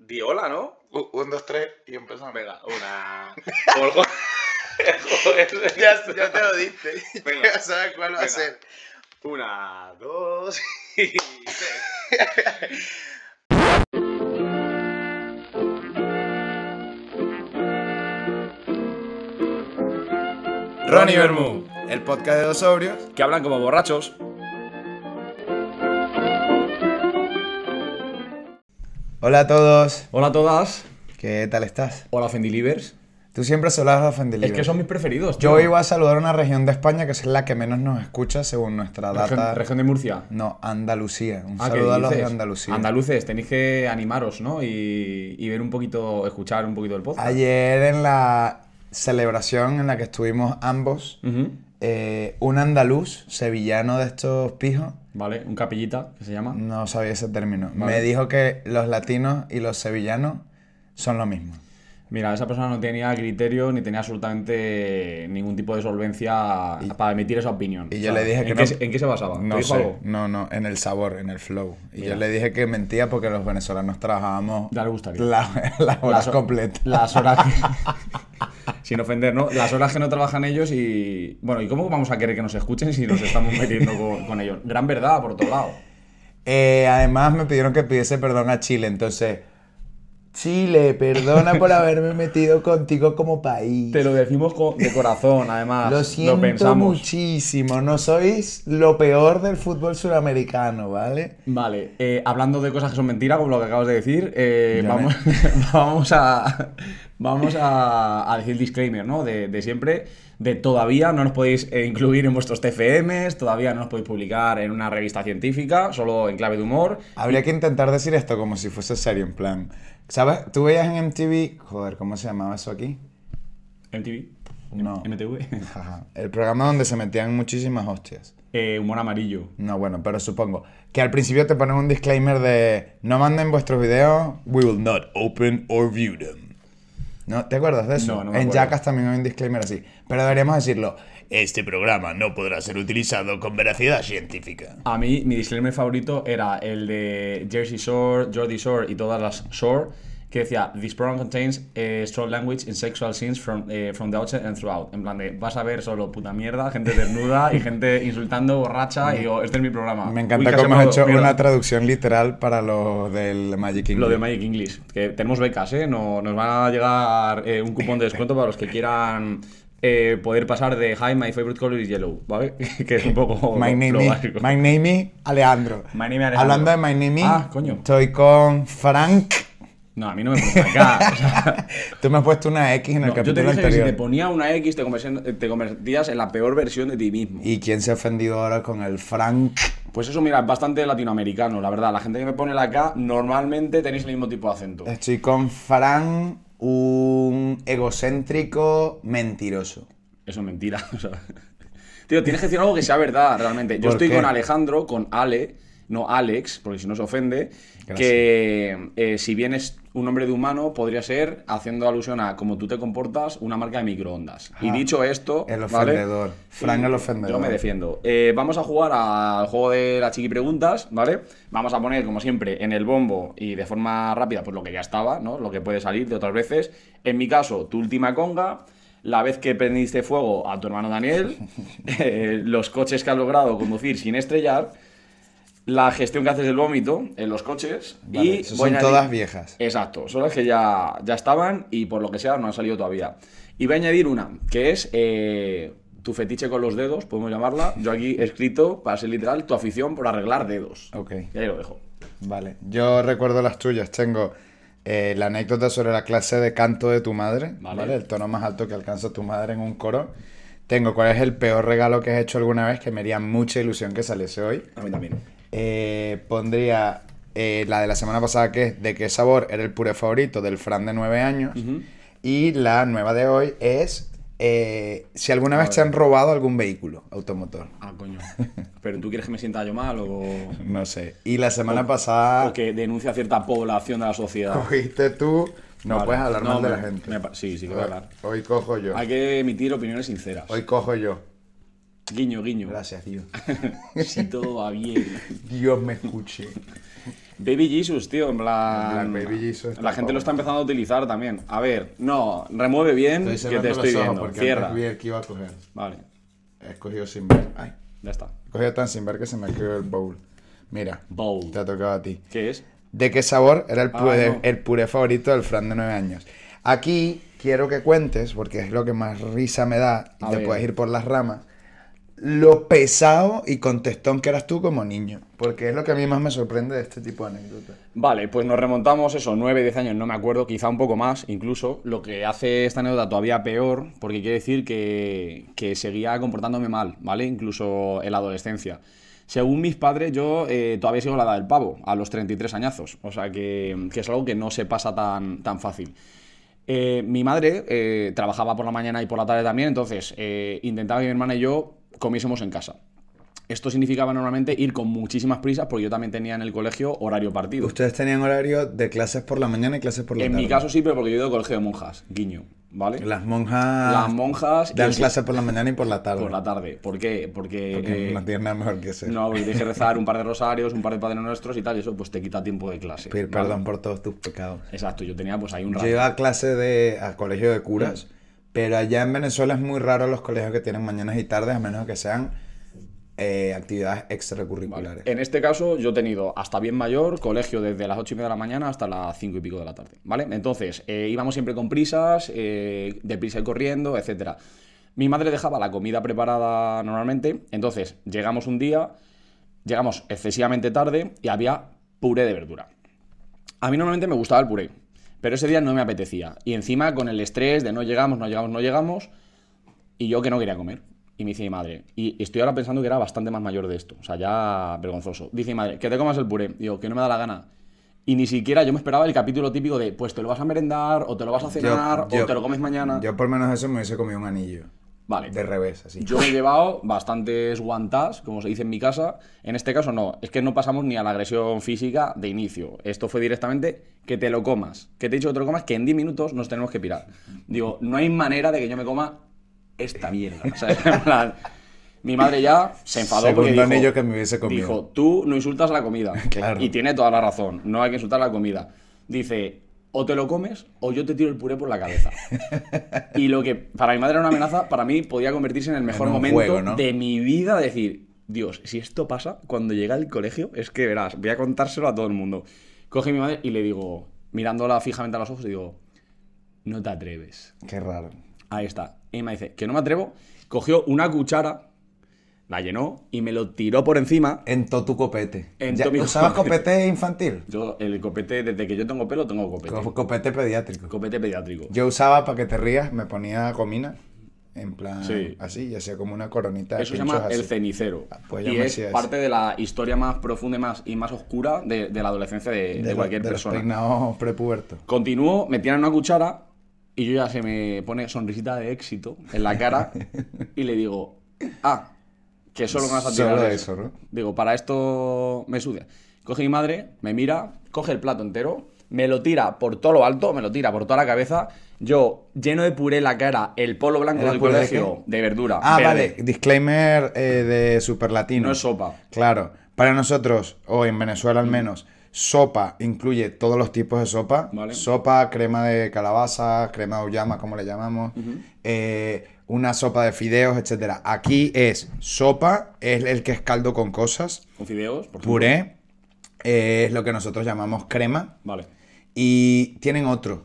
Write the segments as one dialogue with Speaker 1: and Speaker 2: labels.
Speaker 1: Di hola, ¿no?
Speaker 2: U- Un, dos, tres y empezamos.
Speaker 1: Venga, una. Como el juego- Joder,
Speaker 2: Ya, ya te lo diste.
Speaker 1: Venga.
Speaker 2: Ya sabes cuál va a
Speaker 1: Venga.
Speaker 2: ser.
Speaker 1: Una, dos y tres.
Speaker 3: Ronnie Bermú,
Speaker 2: el podcast de los sobrios.
Speaker 3: que hablan como borrachos.
Speaker 2: Hola a todos.
Speaker 3: Hola a todas.
Speaker 2: ¿Qué tal estás?
Speaker 3: Hola, Fendilivers.
Speaker 2: Tú siempre saludas a Fendelibre.
Speaker 3: Es que son mis preferidos. tío.
Speaker 2: Yo iba a saludar una región de España que es la que menos nos escucha según nuestra
Speaker 3: Región-
Speaker 2: data.
Speaker 3: Región de Murcia.
Speaker 2: No, Andalucía. Un
Speaker 3: Ah, ¿qué
Speaker 2: saludo a los de
Speaker 3: dices?
Speaker 2: Andalucía.
Speaker 3: Andaluces, tenéis que animaros, ¿no? Y, y ver un poquito, escuchar un poquito el podcast.
Speaker 2: Ayer en la celebración en la que estuvimos ambos,
Speaker 3: Ujú.
Speaker 2: eh, un andaluz sevillano de estos pijos,
Speaker 3: Vale, un capillita, que se llama.
Speaker 2: no sabía ese término, me
Speaker 3: Vale.
Speaker 2: dijo que los latinos y los sevillanos son lo mismo.
Speaker 3: Mira, esa persona no tenía criterio ni tenía absolutamente ningún tipo de solvencia para emitir esa opinión.
Speaker 2: y yo
Speaker 3: O sea,
Speaker 2: le dije que
Speaker 3: ¿en
Speaker 2: no-
Speaker 3: Qué, se- ¿En qué se basaba? ¿Te
Speaker 2: No
Speaker 3: dijo
Speaker 2: sé,
Speaker 3: algo?
Speaker 2: no, no, en el sabor, en el flow. Y yo
Speaker 3: Mira.
Speaker 2: le dije que mentía porque los venezolanos trabajábamos
Speaker 3: Ya le gustaría.
Speaker 2: la- las horas
Speaker 3: ho-
Speaker 2: completas.
Speaker 3: Las horas que... Sin ofender, ¿no? Las horas que no trabajan ellos y... Bueno, ¿y cómo vamos a querer que nos escuchen si nos estamos metiendo con, con ellos? Gran verdad, por todo lado.
Speaker 2: Eh, además me pidieron que pidiese perdón a Chile, entonces... Chile, perdona por haberme metido contigo como país.
Speaker 3: Te lo decimos co- de corazón, además.
Speaker 2: Lo siento
Speaker 3: pensamos.
Speaker 2: muchísimo, no sois lo peor del fútbol suramericano, ¿vale?
Speaker 3: Vale, eh, hablando de cosas que son mentiras, como lo que acabas de decir, eh,
Speaker 2: Ya
Speaker 3: vamos, vamos a vamos a, a decir disclaimer, ¿no? De, de siempre, de todavía no nos podéis eh, incluir en vuestros TFMs, todavía no nos podéis publicar en una revista científica, solo en clave de humor.
Speaker 2: Habría que intentar decir esto como si fuese serio, en plan. ¿Sabes? Tú veías en MTV. Joder, ¿cómo se llamaba eso aquí?
Speaker 3: MTV,
Speaker 2: No.
Speaker 3: MTV,
Speaker 2: Jaja. El programa donde se metían muchísimas hostias.
Speaker 3: eh, humor amarillo.
Speaker 2: No, bueno, pero supongo que al principio te ponen un disclaimer de no manden vuestros videos, we will not open or view them. ¿No? ¿Te acuerdas de eso?
Speaker 3: No, no me
Speaker 2: en
Speaker 3: acuerdo.
Speaker 2: Jackass también hay un disclaimer así, pero deberíamos decirlo. Este programa no podrá ser utilizado con veracidad científica.
Speaker 3: A mí, mi disclaimer favorito era el de Jersey Shore, Jordi Shore y todas las Shore, que decía: This program contains eh, strong language and sexual scenes from, eh, from the outset and throughout. En plan de, vas a ver solo puta mierda, gente desnuda y gente insultando, borracha, y digo, este es mi programa.
Speaker 2: Me
Speaker 3: Uy,
Speaker 2: encanta
Speaker 3: que
Speaker 2: cómo has
Speaker 3: llamado,
Speaker 2: hecho
Speaker 3: mierda.
Speaker 2: una traducción literal para lo del Magic
Speaker 3: Lo
Speaker 2: Kingdom.
Speaker 3: de Magic English, que tenemos becas, ¿eh? No, nos va a llegar eh, un cupón de descuento para los que quieran eh, poder pasar de Hi, my favorite color is yellow, ¿vale? que es un poco
Speaker 2: My
Speaker 3: lo-
Speaker 2: name,
Speaker 3: lo
Speaker 2: is,
Speaker 3: básico.
Speaker 2: my name is Alejandro.
Speaker 3: My name is Alejandro.
Speaker 2: Hablando de My name is,
Speaker 3: Ah, coño.
Speaker 2: estoy con Frank.
Speaker 3: No, a mí no me pones acá. o sea,
Speaker 2: Tú me has puesto una X en el
Speaker 3: No, yo te
Speaker 2: capítulo
Speaker 3: dije que
Speaker 2: anterior.
Speaker 3: si te ponía una X te, conversen- te convertías en la peor versión de ti mismo.
Speaker 2: ¿Y quién se ha ofendido ahora con el Frank?
Speaker 3: Pues eso, mira, es bastante latinoamericano, la verdad. La gente que me pone la K normalmente tenéis el mismo tipo de acento.
Speaker 2: Estoy con Frank, un egocéntrico mentiroso.
Speaker 3: Eso es mentira. o sea. Tío, tienes que decir algo que sea verdad, realmente. Yo
Speaker 2: ¿Por
Speaker 3: estoy
Speaker 2: qué?
Speaker 3: con Alejandro, con Ale, no Alex, porque si no se ofende,
Speaker 2: Gracias.
Speaker 3: que eh, si bien es un hombre de humano, podría ser, haciendo alusión a cómo tú te comportas, una marca de microondas. Y
Speaker 2: Ah,
Speaker 3: dicho esto...
Speaker 2: el
Speaker 3: ¿vale?
Speaker 2: ofendedor. Fran,
Speaker 3: Y
Speaker 2: el ofendedor.
Speaker 3: Yo me defiendo. Eh, vamos a jugar al juego de las chiqui preguntas, ¿vale? Vamos a poner, como siempre, en el bombo y de forma rápida, pues lo que ya estaba, ¿no? Lo que puede salir de otras veces. En mi caso, tu última conga, la vez que prendiste fuego a tu hermano Daniel, eh, los coches que has logrado conducir sin estrellar, la gestión que haces del vómito en los coches
Speaker 2: Vale,
Speaker 3: y
Speaker 2: esas
Speaker 3: voy a Eh.
Speaker 2: son
Speaker 3: añadir-
Speaker 2: todas viejas.
Speaker 3: Exacto, son las que ya, ya estaban y por lo que sea no han salido todavía. Y voy a añadir una, que es eh, tu fetiche con los dedos, podemos llamarla. Yo aquí he escrito, para ser literal, tu afición por arreglar dedos.
Speaker 2: Ok,
Speaker 3: Y ahí lo dejo.
Speaker 2: vale. Yo recuerdo las tuyas. Tengo eh, la anécdota sobre la clase de canto de tu madre,
Speaker 3: Vale.
Speaker 2: ¿vale? El tono más alto que alcanza tu madre en un coro. Tengo cuál es el peor regalo que has hecho alguna vez, que me haría mucha ilusión que saliese hoy.
Speaker 3: A mí también.
Speaker 2: Eh, pondría eh, la de la semana pasada, que es de qué sabor era el puré favorito del Fran de 9 años. Y la nueva de hoy es eh, si alguna vez te han robado algún vehículo automotor.
Speaker 3: Ah, coño. ¿Pero tú quieres que me sienta yo mal o,
Speaker 2: No sé. Y la semana pasada
Speaker 3: o que denuncia cierta población de la sociedad?
Speaker 2: cogiste tú. No
Speaker 3: Vale.
Speaker 2: puedes hablar
Speaker 3: No,
Speaker 2: mal de
Speaker 3: me-
Speaker 2: la gente.
Speaker 3: me pa- sí, sí que voy a hablar.
Speaker 2: Hoy, hoy cojo yo.
Speaker 3: Hay que emitir opiniones sinceras.
Speaker 2: Hoy cojo yo.
Speaker 3: Guiño, guiño.
Speaker 2: Gracias, Dios.
Speaker 3: Si todo va bien.
Speaker 2: Dios me escuche.
Speaker 3: Baby Jesus, tío, en plan-
Speaker 2: En plan, Baby Jesus está
Speaker 3: la gente
Speaker 2: guapo.
Speaker 3: lo está empezando a utilizar también. A ver, no, remueve bien
Speaker 2: Estoy
Speaker 3: que
Speaker 2: cerrando
Speaker 3: te
Speaker 2: los
Speaker 3: estoy
Speaker 2: ojos
Speaker 3: viendo.
Speaker 2: porque
Speaker 3: Cierra.
Speaker 2: antes vi el que iba a coger.
Speaker 3: Vale,
Speaker 2: He escogido sin ver. Ay,
Speaker 3: ya está.
Speaker 2: he cogido tan sin ver que se me cayó el bowl. Mira,
Speaker 3: Bowl.
Speaker 2: te ha tocado a ti.
Speaker 3: ¿Qué es?
Speaker 2: ¿De qué sabor era el
Speaker 3: Ah,
Speaker 2: puré,
Speaker 3: no.
Speaker 2: el puré favorito del Fran de 9 años? Aquí quiero que cuentes, porque es lo que más risa me da, y
Speaker 3: A
Speaker 2: te
Speaker 3: ver.
Speaker 2: puedes ir por las ramas, lo pesado y contestón que eras tú como niño. Porque es lo que a mí más me sorprende de este tipo de anécdotas.
Speaker 3: Vale, pues nos remontamos eso, 9, 10 años, no me acuerdo, quizá un poco más incluso, lo que hace esta anécdota todavía peor, porque quiere decir que, que seguía comportándome mal, ¿vale? Incluso en la adolescencia. Según mis padres, yo eh, todavía sigo la edad del pavo, a los 33 añazos, o sea que, que es algo que no se pasa tan, tan fácil. Eh, mi madre eh, trabajaba por la mañana y por la tarde también, entonces eh, intentaba que mi hermana y yo comiésemos en casa. Esto significaba normalmente ir con muchísimas prisas porque yo también tenía en el colegio horario partido.
Speaker 2: Ustedes tenían horario de clases por la mañana y clases por la
Speaker 3: En
Speaker 2: tarde.
Speaker 3: mi caso sí, pero porque yo he ido al colegio de monjas, guiño, ¿vale?
Speaker 2: Las monjas.
Speaker 3: Las monjas y
Speaker 2: Dan
Speaker 3: el-
Speaker 2: clases por la mañana y por la tarde.
Speaker 3: Por la tarde. ¿Por qué? Porque,
Speaker 2: Porque
Speaker 3: eh,
Speaker 2: no tienen nada mejor que hacer.
Speaker 3: no, porque tienes que rezar un par de rosarios, un par de padres nuestros y tal, y eso pues te quita tiempo de clase.
Speaker 2: Pedir
Speaker 3: ¿vale?
Speaker 2: perdón por todos tus pecados.
Speaker 3: Exacto, yo tenía pues ahí un
Speaker 2: Yo
Speaker 3: rato.
Speaker 2: iba a clase de, a colegio de curas,
Speaker 3: Mm.
Speaker 2: pero allá en Venezuela es muy raro los colegios que tienen mañanas y tardes, a menos que sean eh, actividades extracurriculares.
Speaker 3: En este caso, yo he tenido hasta bien mayor, colegio desde las 8 y media de la mañana hasta las 5 y pico de la tarde, ¿vale? Entonces, eh, íbamos siempre con prisas, eh, deprisa y corriendo, etcétera. Mi madre dejaba la comida preparada normalmente, entonces llegamos un día, llegamos excesivamente tarde y había puré de verdura. A mí normalmente me gustaba el puré, pero ese día no me apetecía. Y encima con el estrés de no llegamos, no llegamos, no llegamos, y yo que no quería comer. Y me dice mi madre, y estoy ahora pensando que era bastante más mayor de esto, o sea, ya vergonzoso. Dice mi madre, que te comas el puré. Digo, que no me da la gana. Y ni siquiera yo me esperaba el capítulo típico de, pues te lo vas a merendar, o te lo vas a Eh, cenar, o te lo comes mañana.
Speaker 2: Yo por menos eso me hubiese comido un anillo.
Speaker 3: vale.
Speaker 2: De revés, así.
Speaker 3: Yo me he llevado bastantes guantás, como se dice en mi casa. En este caso no, es que no pasamos ni a la agresión física de inicio. Esto fue directamente que te lo comas. Que te he dicho que te lo comas, que en 10 minutos nos tenemos que pirar. Digo, no hay manera de que yo me coma esta mierda. O sea, en plan, mi madre ya se enfadó
Speaker 2: Segundo
Speaker 3: porque dijo,
Speaker 2: anillo que me hubiese comido.
Speaker 3: dijo, tú no insultas la comida.
Speaker 2: Claro.
Speaker 3: Y tiene toda la razón, no hay que insultar la comida. Dice, o te lo comes o yo te tiro el puré por la cabeza. Y lo que para mi madre era una amenaza, para mí podía convertirse en el mejor
Speaker 2: un
Speaker 3: momento
Speaker 2: juego, ¿no?
Speaker 3: de mi vida. Decir, Dios, si esto pasa cuando llega al colegio, es que verás, voy a contárselo a todo el mundo. Coge mi madre y le digo, mirándola fijamente a los ojos, digo, no te atreves.
Speaker 2: Qué raro.
Speaker 3: Ahí está. Y me dice, que no me atrevo. Cogió una cuchara, la llenó y me lo tiró por encima.
Speaker 2: En todo tu copete.
Speaker 3: En
Speaker 2: Ya-
Speaker 3: todo mi
Speaker 2: ¿Usabas
Speaker 3: copete.
Speaker 2: copete infantil?
Speaker 3: Yo, el copete, desde que yo tengo pelo, tengo copete.
Speaker 2: Co- Copete pediátrico.
Speaker 3: Copete pediátrico.
Speaker 2: Yo usaba, para que te rías, me ponía comina, en plan
Speaker 3: Sí.
Speaker 2: así, y hacía como una coronita de
Speaker 3: Eso se
Speaker 2: pinchos
Speaker 3: llama el
Speaker 2: así.
Speaker 3: cenicero.
Speaker 2: Ah, pues yo
Speaker 3: y
Speaker 2: me
Speaker 3: es
Speaker 2: hacía eso.
Speaker 3: parte de la historia más profunda y más, y más oscura de, de la adolescencia de, eh, de
Speaker 2: lo-
Speaker 3: cualquier
Speaker 2: de los
Speaker 3: persona.
Speaker 2: peinados prepubertos.
Speaker 3: Continúo, me tiran una cuchara y yo ya se me pone sonrisita de éxito en la cara y le digo, ah, que solo me vas a tirar
Speaker 2: Solo
Speaker 3: eso.
Speaker 2: eso, ¿no?
Speaker 3: Digo, para esto me sucia. Coge mi madre, me mira, coge el plato entero, me lo tira por todo lo alto, me lo tira por toda la cabeza. Yo, lleno de puré en la cara, el polo blanco
Speaker 2: ¿Era
Speaker 3: del
Speaker 2: puré de
Speaker 3: colegio, de, verdura.
Speaker 2: Ah,
Speaker 3: verde.
Speaker 2: vale, disclaimer eh, de super latino.
Speaker 3: No es sopa. Mm.
Speaker 2: Claro, para nosotros, o en Venezuela al menos, sopa incluye todos los tipos de sopa.
Speaker 3: Vale.
Speaker 2: Sopa, crema de calabaza, crema de uyama, como le llamamos, eh, una sopa de fideos, etcétera. Aquí es sopa, es el que es caldo con cosas,
Speaker 3: Con fideos, por ejemplo.
Speaker 2: puré, eh, es lo que nosotros llamamos crema,
Speaker 3: Vale.
Speaker 2: y tienen otro.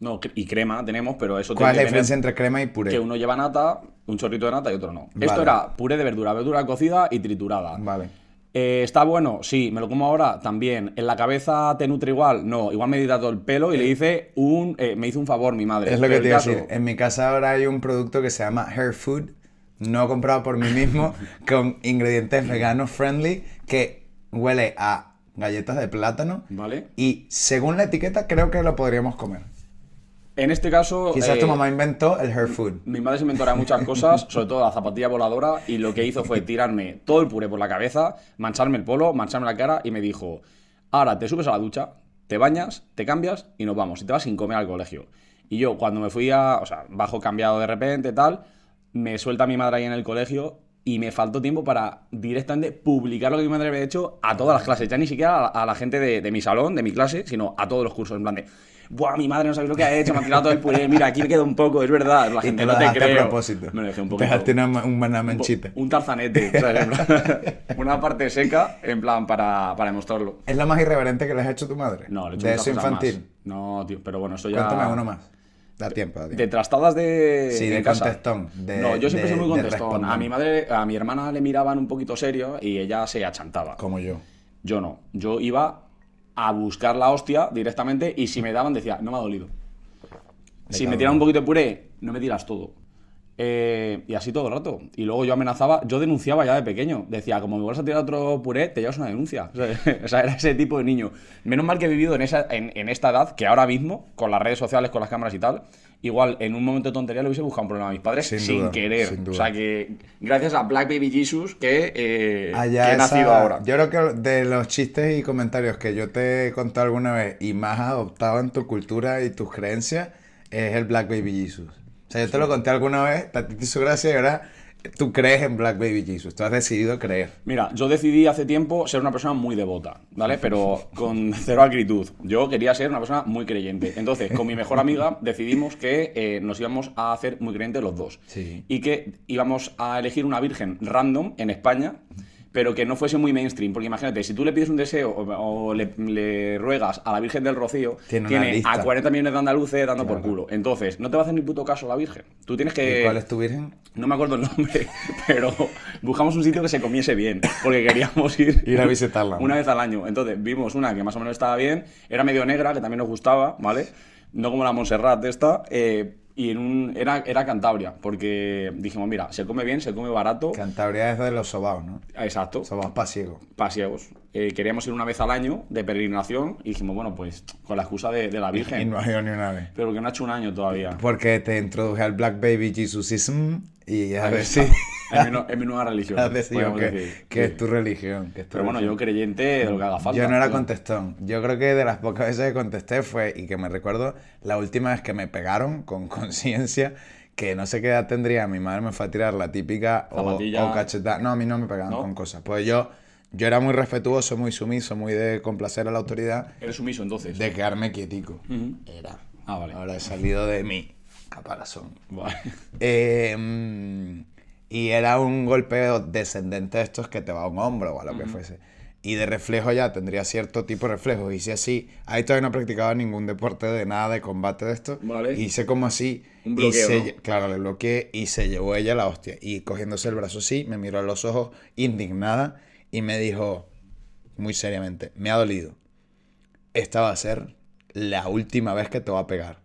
Speaker 3: No, cre- y crema tenemos, pero eso
Speaker 2: ¿Cuál es la
Speaker 3: tiene que
Speaker 2: diferencia
Speaker 3: tener-
Speaker 2: entre crema y puré?
Speaker 3: que uno lleva nata, un chorrito de nata y otro no.
Speaker 2: Vale.
Speaker 3: Esto era puré de verdura, verdura cocida y triturada.
Speaker 2: Vale.
Speaker 3: Eh, ¿Está bueno? Sí, me lo como ahora también. ¿En la cabeza te nutre igual? No, igual me edita todo el pelo y le hice un. eh, me hizo un favor mi madre.
Speaker 2: Es lo
Speaker 3: Pero
Speaker 2: que
Speaker 3: el
Speaker 2: te iba a
Speaker 3: caso-
Speaker 2: decir. En mi casa ahora hay un producto que se llama Hair Food, no comprado por mí mismo, con ingredientes veganos friendly, que huele a galletas de plátano.
Speaker 3: Vale.
Speaker 2: Y según la etiqueta, creo que lo podríamos comer.
Speaker 3: En este caso.
Speaker 2: Quizás tu
Speaker 3: eh,
Speaker 2: mamá inventó el Hair Food.
Speaker 3: Mi madre se inventó ahora muchas cosas, sobre todo la zapatilla voladora, y lo que hizo fue tirarme todo el puré por la cabeza, mancharme el polo, mancharme la cara, y me dijo, ahora te subes a la ducha, te bañas, te cambias y nos vamos, y te vas sin comer al colegio. Y yo cuando me fui a, o sea, bajo cambiado de repente, tal, me suelta mi madre ahí en el colegio y me faltó tiempo para directamente publicar lo que yo me había hecho a todas las clases, ya ni siquiera a la, a la gente de, de mi salón, de mi clase, sino a todos los cursos, en plan de, ¡buah, mi madre no sabéis lo que ha hecho, me ha tirado todo el puré, mira, aquí me queda un poco, es verdad, la gente
Speaker 2: te lo
Speaker 3: no te
Speaker 2: dejaste
Speaker 3: creo.
Speaker 2: a propósito.
Speaker 3: Me lo dejé un
Speaker 2: Te
Speaker 3: poquito.
Speaker 2: dejaste una, ma- una
Speaker 3: un po-
Speaker 2: manchita.
Speaker 3: Un tarzanete, ¿sabes? En plan, una parte seca, en plan, para, para demostrarlo.
Speaker 2: ¿Es la más irreverente que le has hecho a tu madre?
Speaker 3: No, le he hecho
Speaker 2: De
Speaker 3: muchas
Speaker 2: eso
Speaker 3: cosas
Speaker 2: infantil.
Speaker 3: más. No, tío, pero bueno, eso ya...
Speaker 2: Cuéntame uno más. Da tiempo, da tiempo.
Speaker 3: De trastadas de.
Speaker 2: Sí, de
Speaker 3: en casa.
Speaker 2: contestón, de-
Speaker 3: no, yo siempre
Speaker 2: de-
Speaker 3: soy muy
Speaker 2: de
Speaker 3: contestón. A
Speaker 2: respondón.
Speaker 3: mi madre, a mi hermana le miraban un poquito serio y ella se achantaba.
Speaker 2: Como yo.
Speaker 3: Yo no. Yo iba a buscar la hostia directamente y si me daban decía, no me ha dolido. si me
Speaker 2: cabrón.
Speaker 3: tiran un poquito de puré, no me tiras todo. Eh, y así todo el rato. Y luego yo amenazaba, yo denunciaba ya de pequeño. Decía, como me vuelvas a tirar otro puré, te llevas una denuncia. O sea, o sea, era ese tipo de niño. Menos mal que he vivido en, esa, en, en esta edad, que ahora mismo, con las redes sociales, con las cámaras y tal, igual en un momento de tontería le hubiese buscado un problema a mis padres sin,
Speaker 2: Sin duda,
Speaker 3: querer.
Speaker 2: sin duda.
Speaker 3: O sea que gracias a Black Baby Jesus que, eh,
Speaker 2: Ah,
Speaker 3: que
Speaker 2: ya
Speaker 3: he
Speaker 2: esa-
Speaker 3: nacido ahora.
Speaker 2: Yo creo que de los chistes y comentarios que yo te he contado alguna vez y más adoptado en tu cultura y tus creencias es el Black Baby Jesus. O sea, yo te lo conté alguna vez, a ti te hizo gracia y ahora tú crees en Black Baby Jesus. Tú has decidido creer.
Speaker 3: Mira, yo decidí hace tiempo ser una persona muy devota, ¿vale? Pero con cero acritud. Yo quería ser una persona muy creyente. Entonces, con mi mejor amiga decidimos que eh, nos íbamos a hacer muy creyentes los dos.
Speaker 2: Sí.
Speaker 3: Y que íbamos a elegir una virgen random en España, pero que no fuese muy mainstream. Porque imagínate, si tú le pides un deseo o, o le, le ruegas a la Virgen del Rocío,
Speaker 2: Tiene
Speaker 3: tiene,
Speaker 2: una lista.
Speaker 3: a 40 millones de andaluces dando por culo. Entonces, no te va a hacer ni puto caso la Virgen. Tú tienes que...
Speaker 2: ¿Y cuál es tu virgen?
Speaker 3: No me acuerdo el nombre, pero buscamos un sitio que se comiese bien, porque queríamos ir,
Speaker 2: Ir a visitarla, ¿no?
Speaker 3: una vez al año. Entonces vimos una que más o menos estaba bien, era medio negra, que también nos gustaba, ¿vale? No como la Montserrat esta, eh, y en un, era, era Cantabria, porque dijimos, mira, se come bien, se come barato.
Speaker 2: Cantabria es de los sobaos, ¿no?
Speaker 3: Exacto
Speaker 2: Sobaos pasiego.
Speaker 3: paseos. Eh, queríamos ir una vez al año de peregrinación y dijimos, bueno, pues con la excusa de, de la
Speaker 2: Y
Speaker 3: Virgen,
Speaker 2: no ha Pues, ido ni una vez.
Speaker 3: pero que no ha hecho un año todavía.
Speaker 2: Porque te introduje al Black Baby Jesusism y a ver si
Speaker 3: Es mi, nu- es mi nueva religión.
Speaker 2: has decidido
Speaker 3: podemos
Speaker 2: que,
Speaker 3: decir.
Speaker 2: que
Speaker 3: Sí.
Speaker 2: es tu religión. que es tu
Speaker 3: Pero bueno, yo
Speaker 2: religión.
Speaker 3: creyente de lo que haga falta.
Speaker 2: Yo no era
Speaker 3: tío.
Speaker 2: contestón. Yo creo que de las pocas veces que contesté fue, y que me recuerdo, la última vez que me pegaron con conciencia, que no sé qué edad tendría, mi madre me fue a tirar la típica o,
Speaker 3: Zapatilla.
Speaker 2: o cachetada. No, a mí no me pegaban
Speaker 3: ¿No?
Speaker 2: con cosas. Pues yo, yo era muy respetuoso, muy sumiso, muy de complacer a la autoridad,
Speaker 3: Eres sumiso entonces.
Speaker 2: de quedarme quietico.
Speaker 3: Ujú.
Speaker 2: Era.
Speaker 3: Ah, vale.
Speaker 2: Ahora he salido de mi caparazón.
Speaker 3: Vale.
Speaker 2: Eh, mm, y era un golpe descendente de estos que te va a un hombro o a lo que fuese. Y de reflejo ya tendría cierto tipo de reflejo. Hice así. Ahí todavía no practicaba ningún deporte de nada, de combate de esto.
Speaker 3: Vale.
Speaker 2: Hice como así.
Speaker 3: Un
Speaker 2: y
Speaker 3: bloqueo,
Speaker 2: se
Speaker 3: ¿no?
Speaker 2: lle- Claro, le bloqueé y se llevó ella la hostia. Y cogiéndose el brazo así, me miró a los ojos indignada y me dijo muy seriamente, me ha dolido. Esta va a ser la última vez que te va a pegar.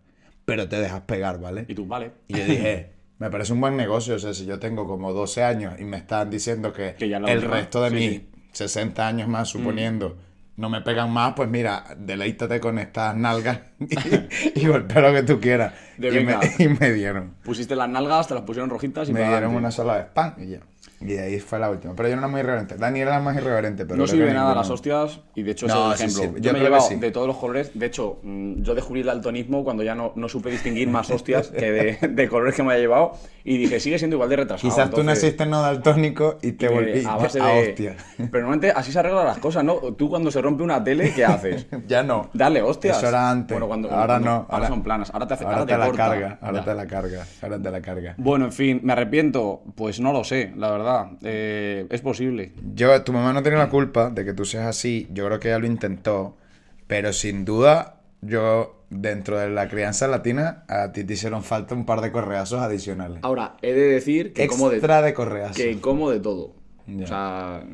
Speaker 2: Pero te dejas pegar, ¿vale?
Speaker 3: Y tú, vale.
Speaker 2: Y yo dije, me parece un buen negocio. O sea, si yo tengo como 12 años y me están diciendo que,
Speaker 3: Que ya la
Speaker 2: el
Speaker 3: última,
Speaker 2: resto de
Speaker 3: sí,
Speaker 2: mis
Speaker 3: sí. Mm.
Speaker 2: 60 años más, suponiendo, no me pegan más, pues mira, deleítate con estas nalgas y, y golpea lo que tú quieras.
Speaker 3: De
Speaker 2: y, me,
Speaker 3: venga.
Speaker 2: y me dieron.
Speaker 3: Pusiste las nalgas, te las pusieron rojitas y
Speaker 2: Me
Speaker 3: para
Speaker 2: dieron
Speaker 3: adelante.
Speaker 2: una sola vez, ¡pam! Y ya. Y de ahí fue la última. Pero yo no era muy irreverente. Dani era la más irreverente, pero
Speaker 3: no
Speaker 2: creo que
Speaker 3: sirve de nada
Speaker 2: ninguno.
Speaker 3: las hostias y de hecho
Speaker 2: No,
Speaker 3: ese es
Speaker 2: sí
Speaker 3: el ejemplo.
Speaker 2: sirve. Yo
Speaker 3: Yo me he
Speaker 2: creo que
Speaker 3: llevado
Speaker 2: sí.
Speaker 3: de todos los colores, de hecho mm, yo descubrí el daltonismo cuando ya no, no supe distinguir más hostias que de, de colores que me había llevado y dije sigue siendo igual de retrasado.
Speaker 2: Quizás tú
Speaker 3: Ah, entonces,
Speaker 2: naciste no daltónico y te
Speaker 3: eh,
Speaker 2: volviste
Speaker 3: a
Speaker 2: a,
Speaker 3: base de
Speaker 2: hostia.
Speaker 3: Pero normalmente así se arreglan las cosas, ¿no? Tú cuando se rompe una tele, ¿qué haces?
Speaker 2: ya no.
Speaker 3: Dale, hostias.
Speaker 2: Eso era antes.
Speaker 3: Bueno, cuando-
Speaker 2: ahora
Speaker 3: cuando-
Speaker 2: no.
Speaker 3: ahora son planas. Ahora te hace- ahora te
Speaker 2: la
Speaker 3: corta.
Speaker 2: carga. Ahora
Speaker 3: Ya.
Speaker 2: te la carga. Ahora te la carga.
Speaker 3: Bueno, en fin, ¿me arrepiento? Pues no lo sé, la verdad. Eh, es posible.
Speaker 2: Yo, tu mamá no tiene la culpa de que tú seas así. Yo creo que ella lo intentó. Pero sin duda, yo, dentro de la crianza latina, a ti te hicieron falta un par de correazos adicionales.
Speaker 3: Ahora, he de decir Ah, que como de,
Speaker 2: Extra de correazos.
Speaker 3: que como de todo.
Speaker 2: Ya.
Speaker 3: O sea,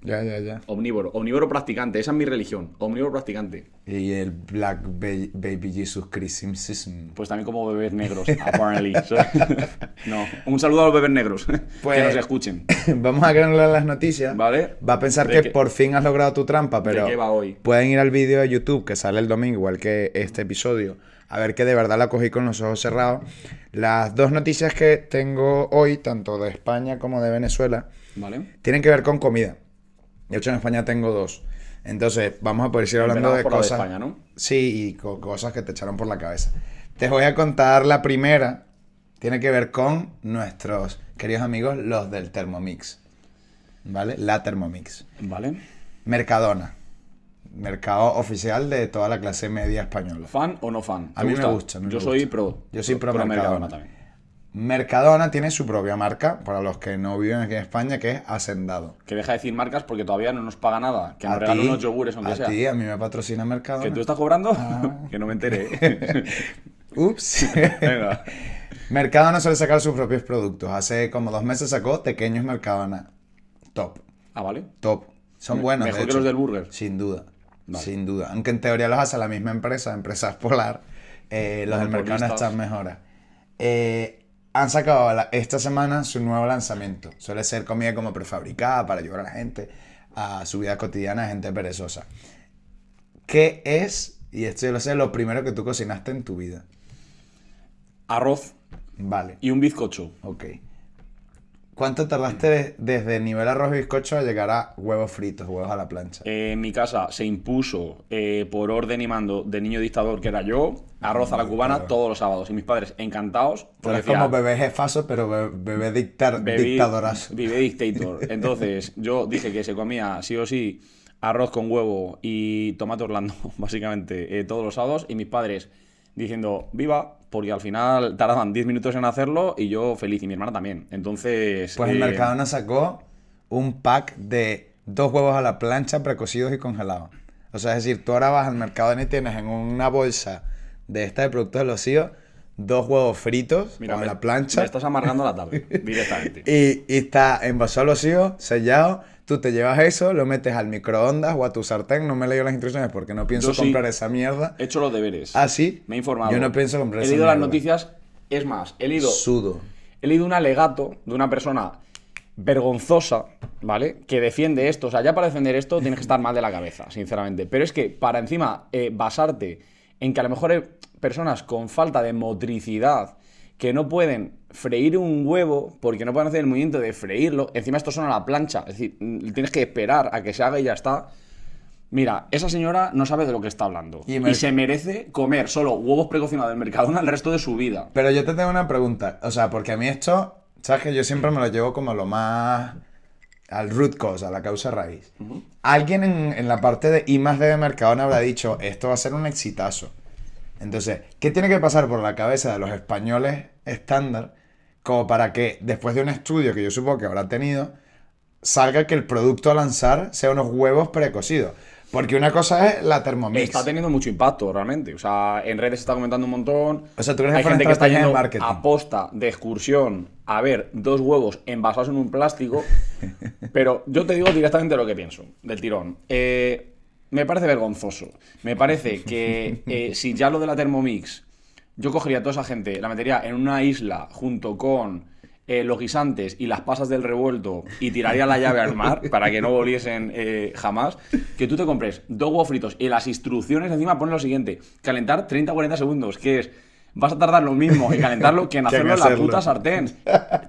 Speaker 2: Ya, ya, ya.
Speaker 3: omnívoro. Omnívoro practicante, esa es mi religión. Omnívoro practicante.
Speaker 2: Y el Black Ba- Baby Jesus Christianism.
Speaker 3: Pues también como bebés negros, apparently. no, un saludo a los bebés negros.
Speaker 2: Pues-
Speaker 3: que nos escuchen.
Speaker 2: Vamos a granular las noticias.
Speaker 3: Vale.
Speaker 2: Va a pensar
Speaker 3: ¿De
Speaker 2: que
Speaker 3: qué-
Speaker 2: por fin has logrado tu trampa, pero
Speaker 3: qué va hoy?
Speaker 2: pueden ir al vídeo de YouTube que sale el domingo, igual que este episodio, a ver que de verdad la cogí con los ojos cerrados. Las dos noticias que tengo hoy, tanto de España como de Venezuela,
Speaker 3: ¿Vale?
Speaker 2: tienen que ver con comida. De hecho, en España tengo dos. Entonces, vamos a poder ir hablando
Speaker 3: Empezamos
Speaker 2: de
Speaker 3: por la de
Speaker 2: cosas.
Speaker 3: España, ¿no?
Speaker 2: Sí, y co- cosas que te echaron por la cabeza. Te voy a contar la primera, tiene que ver con nuestros queridos amigos, los del Thermomix. ¿Vale? La Thermomix.
Speaker 3: Vale.
Speaker 2: Mercadona. Mercado oficial de toda la clase media española.
Speaker 3: ¿Fan o no fan?
Speaker 2: A
Speaker 3: ¿Te
Speaker 2: mí me gusta, a mí me
Speaker 3: Yo soy
Speaker 2: gusta.
Speaker 3: pro.
Speaker 2: Yo soy pro Mercadona.
Speaker 3: también.
Speaker 2: Mercadona tiene su propia marca, para los que no viven aquí en España, que es Hacendado.
Speaker 3: Que deja de decir marcas porque todavía no nos paga nada. Que nos
Speaker 2: A
Speaker 3: regala
Speaker 2: ti-
Speaker 3: unos yogures aunque
Speaker 2: a
Speaker 3: sea.
Speaker 2: ti, Ah. a mí me patrocina Mercadona.
Speaker 3: ¿Que tú estás cobrando? que no me enteré. ¿eh?
Speaker 2: Ups.
Speaker 3: Venga.
Speaker 2: Mercadona suele sacar sus propios productos. Hace como dos meses sacó pequeños Mercadona. Top,
Speaker 3: Ah, vale.
Speaker 2: top. Son
Speaker 3: Me-
Speaker 2: buenos.
Speaker 3: mejor
Speaker 2: de
Speaker 3: que
Speaker 2: hecho.
Speaker 3: los del burger.
Speaker 2: Sin duda.
Speaker 3: Vale.
Speaker 2: Sin duda. Aunque en teoría los hace la misma empresa, Empresas Polar. eh, los del Mercadona
Speaker 3: Monopolistas.
Speaker 2: están mejores. Eh, han sacado la- esta semana su nuevo lanzamiento. Suele ser comida como prefabricada para ayudar a la gente a su vida cotidiana, gente perezosa. ¿Qué es, y esto yo lo sé, lo primero que tú cocinaste en tu vida?
Speaker 3: Arroz
Speaker 2: Vale.
Speaker 3: y un bizcocho.
Speaker 2: Ok. ¿Cuánto tardaste de-
Speaker 3: Mm.
Speaker 2: desde nivel arroz y bizcocho a llegar a huevos fritos, huevos a la plancha?
Speaker 3: Eh, en mi casa se impuso eh, por orden y mando de niño dictador que era yo, arroz a la cubana todos los sábados. Y mis padres encantados.
Speaker 2: Tú
Speaker 3: porque
Speaker 2: eres como
Speaker 3: decían,
Speaker 2: bebé jefazo, pero be- bebé dictar,
Speaker 3: Bebí-
Speaker 2: dictadorazo.
Speaker 3: Vive dictator. Entonces, yo dije que se comía sí o sí arroz con huevo y tomate orlando, básicamente, eh, todos los sábados. Y mis padres diciendo, viva, porque al final tardaban 10 minutos en hacerlo y yo feliz y mi hermana también. Entonces...
Speaker 2: Pues el
Speaker 3: eh,
Speaker 2: Mercadona sacó un pack de dos huevos a la plancha precocidos y congelados. O sea, es decir, tú ahora vas al Mercadona y tienes en una bolsa de esta de productos de los hijos dos huevos fritos
Speaker 3: Mira,
Speaker 2: a
Speaker 3: me-
Speaker 2: la plancha. Eh,
Speaker 3: Me estás amargando la tarde, directamente.
Speaker 2: Y, y está envasado a los hijos, sellado. Tú te llevas eso, lo metes al microondas o a tu sartén. No me he leído las instrucciones porque no pienso
Speaker 3: Yo sí.
Speaker 2: comprar esa mierda.
Speaker 3: He hecho los deberes.
Speaker 2: Ah, sí.
Speaker 3: Me he informado.
Speaker 2: Yo no pienso comprar
Speaker 3: He
Speaker 2: esa
Speaker 3: leído las
Speaker 2: mierda.
Speaker 3: noticias. Es más, he leído
Speaker 2: Sudo.
Speaker 3: He leído un alegato de una persona vergonzosa, ¿vale? Que defiende esto. O sea, ya para defender esto tienes que estar mal de la cabeza, sinceramente. Pero es que para encima eh, basarte en que a lo mejor hay personas con falta de motricidad que no pueden freír un huevo porque no pueden hacer el movimiento de freírlo, encima esto son a la plancha. Es decir, mm, tienes que esperar a que se haga y ya está. Mira, esa señora no sabe de lo que está hablando.
Speaker 2: Y
Speaker 3: Y,
Speaker 2: mer-
Speaker 3: se merece comer solo huevos precocinados del Mercadona el resto de su vida.
Speaker 2: Pero yo te tengo una pregunta. O sea, porque a mí esto, sabes que yo siempre me lo llevo como lo más al root cause, a la causa raíz. Alguien en, en la parte de I más D de Mercadona habrá dicho, esto va a ser un exitazo. Entonces, ¿qué tiene que pasar por la cabeza de los españoles estándar como para que después de un estudio que yo supongo que habrá tenido, salga que el producto a lanzar sea unos huevos precocidos? Porque una cosa es la Thermomix.
Speaker 3: Está teniendo mucho impacto, realmente. O sea, en redes se está comentando un montón.
Speaker 2: O sea, ¿tú crees que
Speaker 3: Hay
Speaker 2: fue una
Speaker 3: gente que está
Speaker 2: estrategia de
Speaker 3: yendo
Speaker 2: marketing?
Speaker 3: a posta de excursión a ver dos huevos envasados en un plástico. pero yo te digo directamente lo que pienso, del tirón. Eh, me parece vergonzoso. Me parece que eh, si ya lo de la Thermomix, yo cogería a toda esa gente, la metería en una isla junto con eh, los guisantes y las pasas del revuelto y tiraría la llave al mar para que no volviesen eh, jamás, que tú te compres dos huevos fritos y las instrucciones encima ponen lo siguiente, calentar 30-40 segundos, que es, vas a tardar lo mismo en calentarlo que en
Speaker 2: Que en
Speaker 3: hacerlo en la
Speaker 2: hacerlo.
Speaker 3: puta sartén.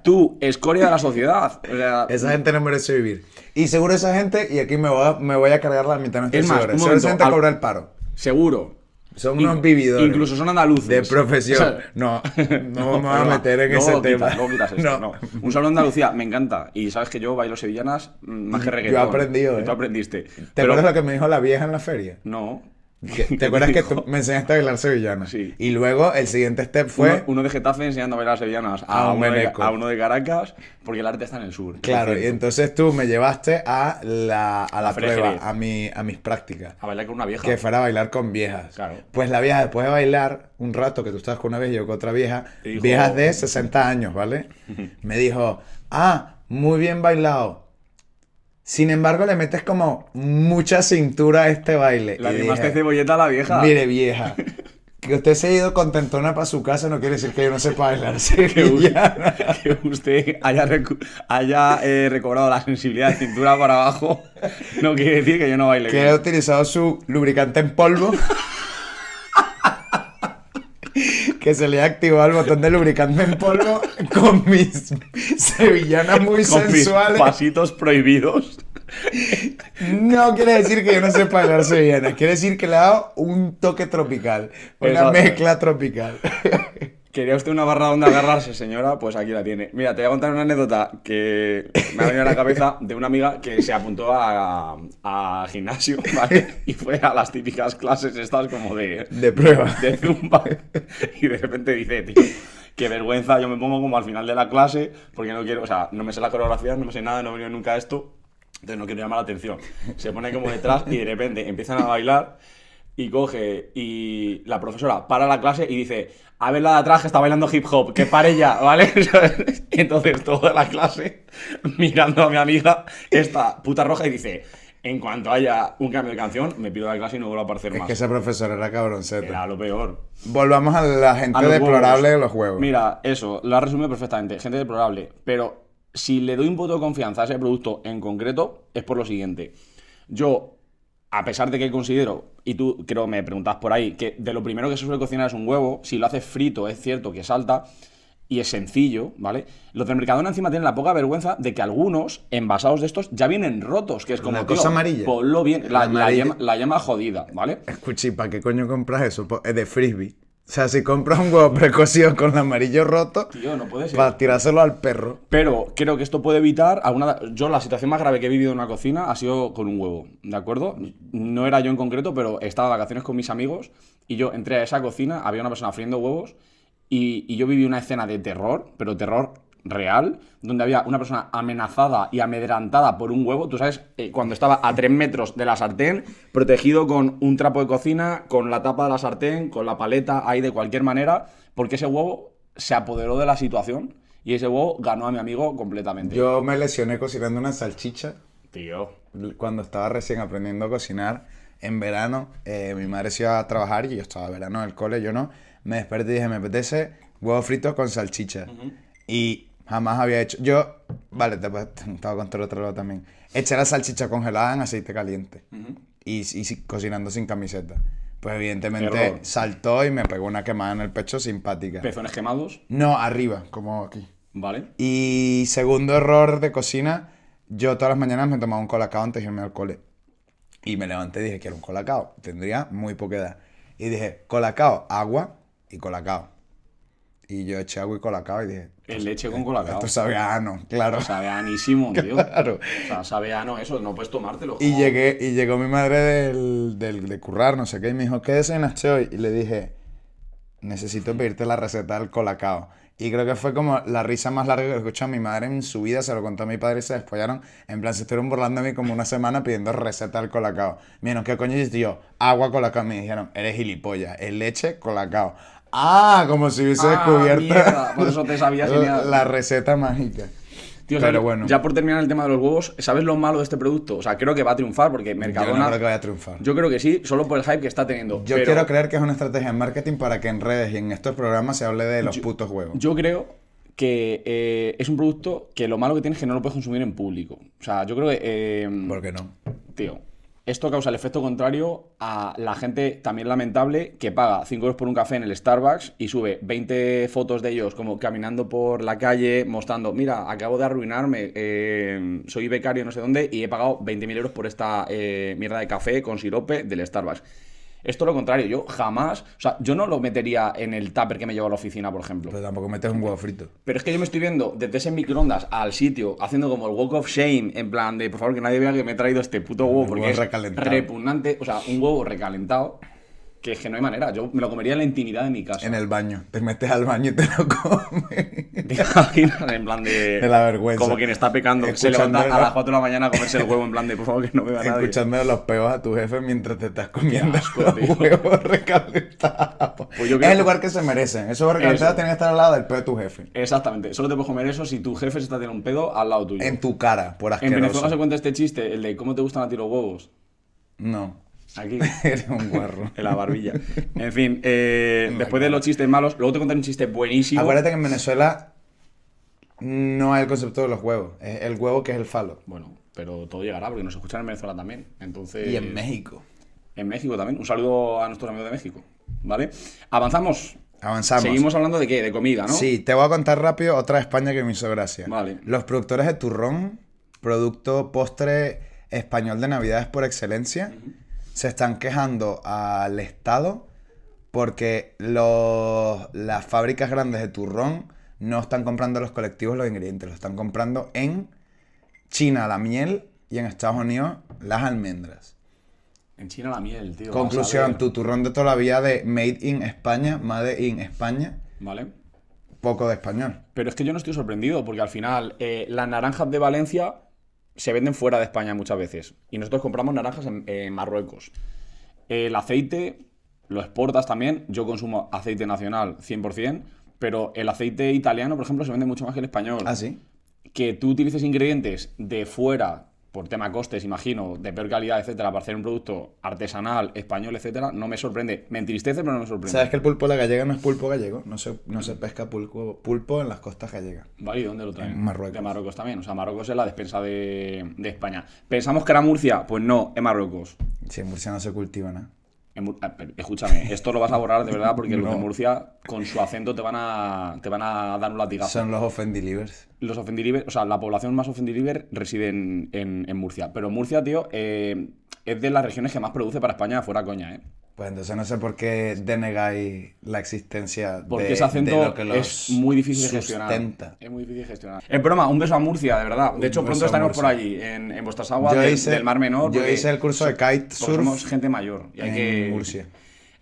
Speaker 3: Tú, escoria de la sociedad. O sea,
Speaker 2: Esa gente no merece vivir. Y seguro esa gente, y aquí me voy a, me voy a cargar la mitad de nuestros
Speaker 3: Es más,
Speaker 2: seguidores,
Speaker 3: un
Speaker 2: seguro esa
Speaker 3: momento,
Speaker 2: gente
Speaker 3: al-
Speaker 2: cobra el paro.
Speaker 3: seguro.
Speaker 2: Son
Speaker 3: In-
Speaker 2: unos vividores.
Speaker 3: Incluso son andaluces.
Speaker 2: De profesión.
Speaker 3: O sea,
Speaker 2: no, no, me voy a
Speaker 3: perdona,
Speaker 2: meter en
Speaker 3: no
Speaker 2: ese
Speaker 3: lo quitas,
Speaker 2: tema.
Speaker 3: no quitas esto, no. Un saludo a Andalucía, me encanta. Y sabes que yo bailo sevillanas mm, más que reggaetón.
Speaker 2: aprendido,
Speaker 3: Y
Speaker 2: ¿eh?
Speaker 3: Tú aprendiste.
Speaker 2: ¿Te acuerdas lo que me dijo la vieja en la feria?
Speaker 3: No.
Speaker 2: Que- ¿Te acuerdas que tú me enseñaste a bailar sevillana?
Speaker 3: Sí.
Speaker 2: Y luego el siguiente step fue.
Speaker 3: Uno, uno de Getafe enseñando a bailar sevillanas a,
Speaker 2: A un
Speaker 3: uno de,
Speaker 2: meneco.
Speaker 3: a uno de Caracas, porque el arte está en el sur.
Speaker 2: claro, y
Speaker 3: Es cierto.
Speaker 2: entonces tú me llevaste a la, a la
Speaker 3: La feria de
Speaker 2: prueba,
Speaker 3: Jerez.
Speaker 2: a, mi, a mis prácticas.
Speaker 3: A bailar con una vieja.
Speaker 2: que fuera a bailar con viejas.
Speaker 3: Claro.
Speaker 2: Pues la vieja, después de bailar un rato, que tú estabas con una vieja y yo con otra vieja,
Speaker 3: Te dijo-
Speaker 2: viejas de 60 años, ¿vale? Me dijo, ah, muy bien bailado. Sin embargo, le metes como mucha cintura a este baile.
Speaker 3: La
Speaker 2: Y
Speaker 3: limaste
Speaker 2: dije,
Speaker 3: cebolleta a la vieja.
Speaker 2: Mire, vieja, que usted se ha ido contentona para su casa no quiere decir que yo no sepa bailar. sevillana".
Speaker 3: que usted haya, recu- haya eh, recobrado la sensibilidad de cintura para abajo no quiere decir que yo no baile
Speaker 2: que
Speaker 3: bien.
Speaker 2: ha utilizado su lubricante en polvo. que se le ha activado el botón de lubricante en polvo con mis sevillanas muy
Speaker 3: Con mis
Speaker 2: sensuales.
Speaker 3: pasitos prohibidos.
Speaker 2: No quiere decir que yo no sepa bailar sevillanas, quiere decir que le ha dado un toque tropical, una
Speaker 3: Exacto.
Speaker 2: mezcla tropical.
Speaker 3: ¿Quería usted una barra donde agarrarse, señora? Pues aquí la tiene. Mira, te voy a contar una anécdota que me ha venido a la cabeza de una amiga que se apuntó a, a gimnasio, ¿vale? Y fue a las típicas clases estas como de...
Speaker 2: De prueba.
Speaker 3: De zumba. Y de repente dice, tío, qué vergüenza, yo me pongo como al final de la clase porque no quiero, o sea, no me sé la coreografía, no me sé nada, no he venido nunca a esto, entonces no quiero llamar la atención. Se pone como detrás y de repente empiezan a bailar y coge y la profesora para la clase y dice, a ver la de atrás que está bailando hip hop, que pare ya, ¿vale? ¿Sabes? Entonces toda la clase mirando a mi amiga, esta puta roja y dice, en cuanto haya un cambio de canción, me pido de la clase y no vuelvo a aparecer
Speaker 2: Es
Speaker 3: más.
Speaker 2: que ese profesor era cabroncete.
Speaker 3: Era lo peor.
Speaker 2: Volvamos a la gente
Speaker 3: A los
Speaker 2: deplorable
Speaker 3: huevos.
Speaker 2: de los juegos.
Speaker 3: Mira, eso, lo has resumido perfectamente. Gente deplorable. Pero si le doy un voto de confianza a ese producto en concreto, es por lo siguiente. Yo, a pesar de que considero, y tú creo me preguntas por ahí, que de lo primero que se suele cocinar es un huevo, si lo haces frito es cierto que salta. Y es sencillo, ¿vale? Los del Mercadona encima tienen la poca vergüenza de que algunos envasados de estos ya vienen rotos, que es como.
Speaker 2: La cosa
Speaker 3: tío,
Speaker 2: amarilla.
Speaker 3: ponlo bien, la,
Speaker 2: La
Speaker 3: la
Speaker 2: amarilla.
Speaker 3: llama, la llama jodida, ¿vale?
Speaker 2: Escuchi, ¿para qué coño compras eso? Po- Es de frisbee. O sea, si compras un huevo precocido con el amarillo roto,
Speaker 3: Tío, no puede ser.
Speaker 2: para tirárselo al perro.
Speaker 3: Pero creo que esto puede evitar alguna. Yo, la situación más grave que he vivido en una cocina ha sido con un huevo, ¿de acuerdo? No era yo en concreto, pero estaba de vacaciones con mis amigos y yo entré a esa cocina, había una persona friendo huevos y, y yo viví una escena de terror, pero terror real, donde había una persona amenazada y amedrantada por un huevo, tú sabes, eh, cuando estaba a tres metros de la sartén, protegido con un trapo de cocina, con la tapa de la sartén, con la paleta ahí de cualquier manera, porque ese huevo se apoderó de la situación y ese huevo ganó a mi amigo completamente.
Speaker 2: Yo me lesioné cocinando una salchicha
Speaker 3: Tío.
Speaker 2: cuando estaba recién aprendiendo a cocinar. En verano, eh, mi madre se iba a trabajar y yo estaba verano en el cole, yo no. Me desperté y dije, me apetece huevos fritos con salchicha. Y jamás había hecho. Yo, vale, te, te estaba contar otro lado también. Eché la salchicha congelada en aceite caliente. y, y si- cocinando sin camiseta. Pues evidentemente
Speaker 3: Error.
Speaker 2: saltó y me pegó una quemada en el pecho simpática.
Speaker 3: Pezones quemados,
Speaker 2: No, arriba, como aquí.
Speaker 3: ¿vale?
Speaker 2: Y segundo error de cocina, yo todas las mañanas me tomaba un colacao antes de irme al cole. Y me levanté y dije, quiero un colacao. Tendría muy poca edad. Y dije, colacao, agua y colacao. Y yo eché agua y colacao y dije,
Speaker 3: El leche con colacao.
Speaker 2: Pues, eh, esto sabe a ano, claro.
Speaker 3: Sabe a anísimo, tío.
Speaker 2: Claro.
Speaker 3: O sea, sabe a no eso, no puedes tomártelo.
Speaker 2: Y
Speaker 3: como-
Speaker 2: llegué, y llegó mi madre del, del- de currar, no sé qué, y me dijo, ¿qué desayunaste hoy? Y le dije, necesito pedirte la receta del colacao. Y creo que fue como la risa más larga que he escuchado a mi madre en su vida, se lo contó a mi padre y se despollaron. En plan, se estuvieron burlando de mí como una semana pidiendo receta del colacao. Miren, ¿qué coño hiciste yo? Agua colacao. Me dijeron, eres gilipollas, es leche colacao. Ah, como si hubiese
Speaker 3: Ah,
Speaker 2: descubierto
Speaker 3: mierda, por eso te sabías y
Speaker 2: la,
Speaker 3: nada.
Speaker 2: la receta mágica.
Speaker 3: Tío,
Speaker 2: Pero
Speaker 3: ¿sabes?
Speaker 2: bueno,
Speaker 3: Ya por terminar el tema de los huevos, ¿sabes lo malo de este producto? O sea, creo que va a triunfar porque
Speaker 2: yo
Speaker 3: Mercadona.
Speaker 2: no creo que vaya a triunfar.
Speaker 3: Yo creo que sí, solo por el hype que está teniendo.
Speaker 2: Yo
Speaker 3: pero
Speaker 2: quiero creer que es una estrategia de marketing para que en redes y en estos programas se hable de los putos huevos.
Speaker 3: Yo creo que eh, es un producto que lo malo que tiene es que no lo puedes consumir en público. O sea, yo creo que. eh,
Speaker 2: ¿Por qué no?
Speaker 3: Tío, esto causa el efecto contrario a la gente también lamentable que paga 5 euros por un café en el Starbucks y sube 20 fotos de ellos como caminando por la calle mostrando, mira, acabo de arruinarme, eh, soy becario no sé dónde y he pagado 20.000 euros por esta eh, mierda de café con sirope del Starbucks. Esto lo contrario, yo jamás, o sea, yo no lo metería en el tupper que me llevo a la oficina, por ejemplo.
Speaker 2: Pero Pues tampoco metes un huevo frito.
Speaker 3: Pero es que yo me estoy viendo desde ese microondas al sitio, haciendo como el walk of shame, en plan de por favor que nadie vea que me he traído este puto huevo,
Speaker 2: Un
Speaker 3: porque
Speaker 2: huevo
Speaker 3: es
Speaker 2: recalentado.
Speaker 3: repugnante, o sea, un huevo recalentado, que es que no hay manera, yo me lo comería en la intimidad de mi casa.
Speaker 2: En el baño. Te metes al baño y te lo comes.
Speaker 3: ¿Te imaginas? En plan de.
Speaker 2: De la vergüenza.
Speaker 3: Como quien está pecando, que se
Speaker 2: Escuchando
Speaker 3: levanta a
Speaker 2: el-
Speaker 3: las 4 de la mañana a comerse el huevo, en plan de por favor que no me vea nadie.
Speaker 2: Escuchando los peos a tu jefe mientras te estás comiendo
Speaker 3: asco, tío.
Speaker 2: los huevos recalentados.
Speaker 3: Pues yo creo-
Speaker 2: es el lugar que se merecen. Esos huevos recalentados
Speaker 3: Eso.
Speaker 2: tienen que estar al lado del peo de tu jefe.
Speaker 3: Exactamente, solo te puedes comer eso si tu jefe se está teniendo un pedo al lado tuyo.
Speaker 2: En tu cara, por
Speaker 3: En Venezuela se
Speaker 2: asqueroso.
Speaker 3: cuenta este chiste, el de cómo te gustan a ti los huevos.
Speaker 2: No.
Speaker 3: Aquí.
Speaker 2: Eres un guarro.
Speaker 3: En la barbilla. En fin, eh, después de los chistes malos, luego te contaré un chiste buenísimo.
Speaker 2: Acuérdate que en Venezuela no hay el concepto de los huevos. Es el huevo que es el falo.
Speaker 3: Bueno, pero todo llegará porque nos escuchan en Venezuela también. Entonces,
Speaker 2: Y en México.
Speaker 3: en México también. Un saludo a nuestros amigos de México. ¿Vale? Avanzamos.
Speaker 2: Avanzamos.
Speaker 3: Seguimos hablando de qué? De comida, ¿no?
Speaker 2: Sí, te voy a contar rápido otra de España que me hizo gracia.
Speaker 3: Vale.
Speaker 2: Los productores de turrón, producto postre español de Navidades por excelencia, se están quejando al Estado porque los, las fábricas grandes de turrón no están comprando a los colectivos los ingredientes, lo están comprando en China la miel y en Estados Unidos las almendras.
Speaker 3: En China la miel, tío.
Speaker 2: Conclusión,
Speaker 3: vas a ver.
Speaker 2: tu turrón de toda la vida de Made in España, Made in España,
Speaker 3: Vale.
Speaker 2: poco de español.
Speaker 3: Pero es que yo no estoy sorprendido, porque al final eh, las naranjas de Valencia se venden fuera de España muchas veces. Y nosotros compramos naranjas en, en Marruecos. El aceite lo exportas también. Yo consumo aceite nacional 100%, pero el aceite italiano, por ejemplo, se vende mucho más que el español.
Speaker 2: Ah, sí.
Speaker 3: Que tú utilices ingredientes de fuera, por tema costes, imagino, de peor calidad, etcétera, para hacer un producto artesanal, español, etcétera, no me sorprende. Me entristece, pero no me sorprende.
Speaker 2: ¿Sabes que el pulpo de la gallega no es pulpo gallego? No se, no se pesca pulpo, pulpo en las costas gallegas.
Speaker 3: Vale, ¿y dónde lo traen?
Speaker 2: En Marruecos.
Speaker 3: De Marruecos también. O sea, Marruecos es la despensa de, de España. ¿Pensamos que era Murcia? Pues no, es Marruecos.
Speaker 2: Sí, en Murcia no se cultiva nada.
Speaker 3: En Mur- ah, pero Escúchame, esto lo vas a borrar de verdad porque los de
Speaker 2: No.
Speaker 3: Murcia con su acento te van a, te van a dar un latigazo.
Speaker 2: Son los offendilivers.
Speaker 3: Los ofendiliber, o sea, la población más ofendiliber reside en, en- en Murcia. Pero Murcia, tío, eh, es de las regiones que más produce para España, fuera coña, ¿eh?
Speaker 2: Pues entonces no sé por qué denegáis la existencia
Speaker 3: Porque
Speaker 2: de,
Speaker 3: ese
Speaker 2: de
Speaker 3: acento
Speaker 2: lo que
Speaker 3: es
Speaker 2: los
Speaker 3: muy difícil de gestionar.
Speaker 2: sustenta.
Speaker 3: Es muy difícil de gestionar. En broma, un beso a Murcia, de verdad. De hecho,
Speaker 2: beso
Speaker 3: pronto
Speaker 2: a
Speaker 3: estaremos por
Speaker 2: Murcia.
Speaker 3: allí, en, en vuestras aguas
Speaker 2: Yo
Speaker 3: del,
Speaker 2: hice-
Speaker 3: del Mar Menor.
Speaker 2: yo
Speaker 3: porque
Speaker 2: hice el curso de
Speaker 3: so-
Speaker 2: kite
Speaker 3: porque
Speaker 2: surf
Speaker 3: Somos gente mayor. Y hay
Speaker 2: en
Speaker 3: que,
Speaker 2: Murcia.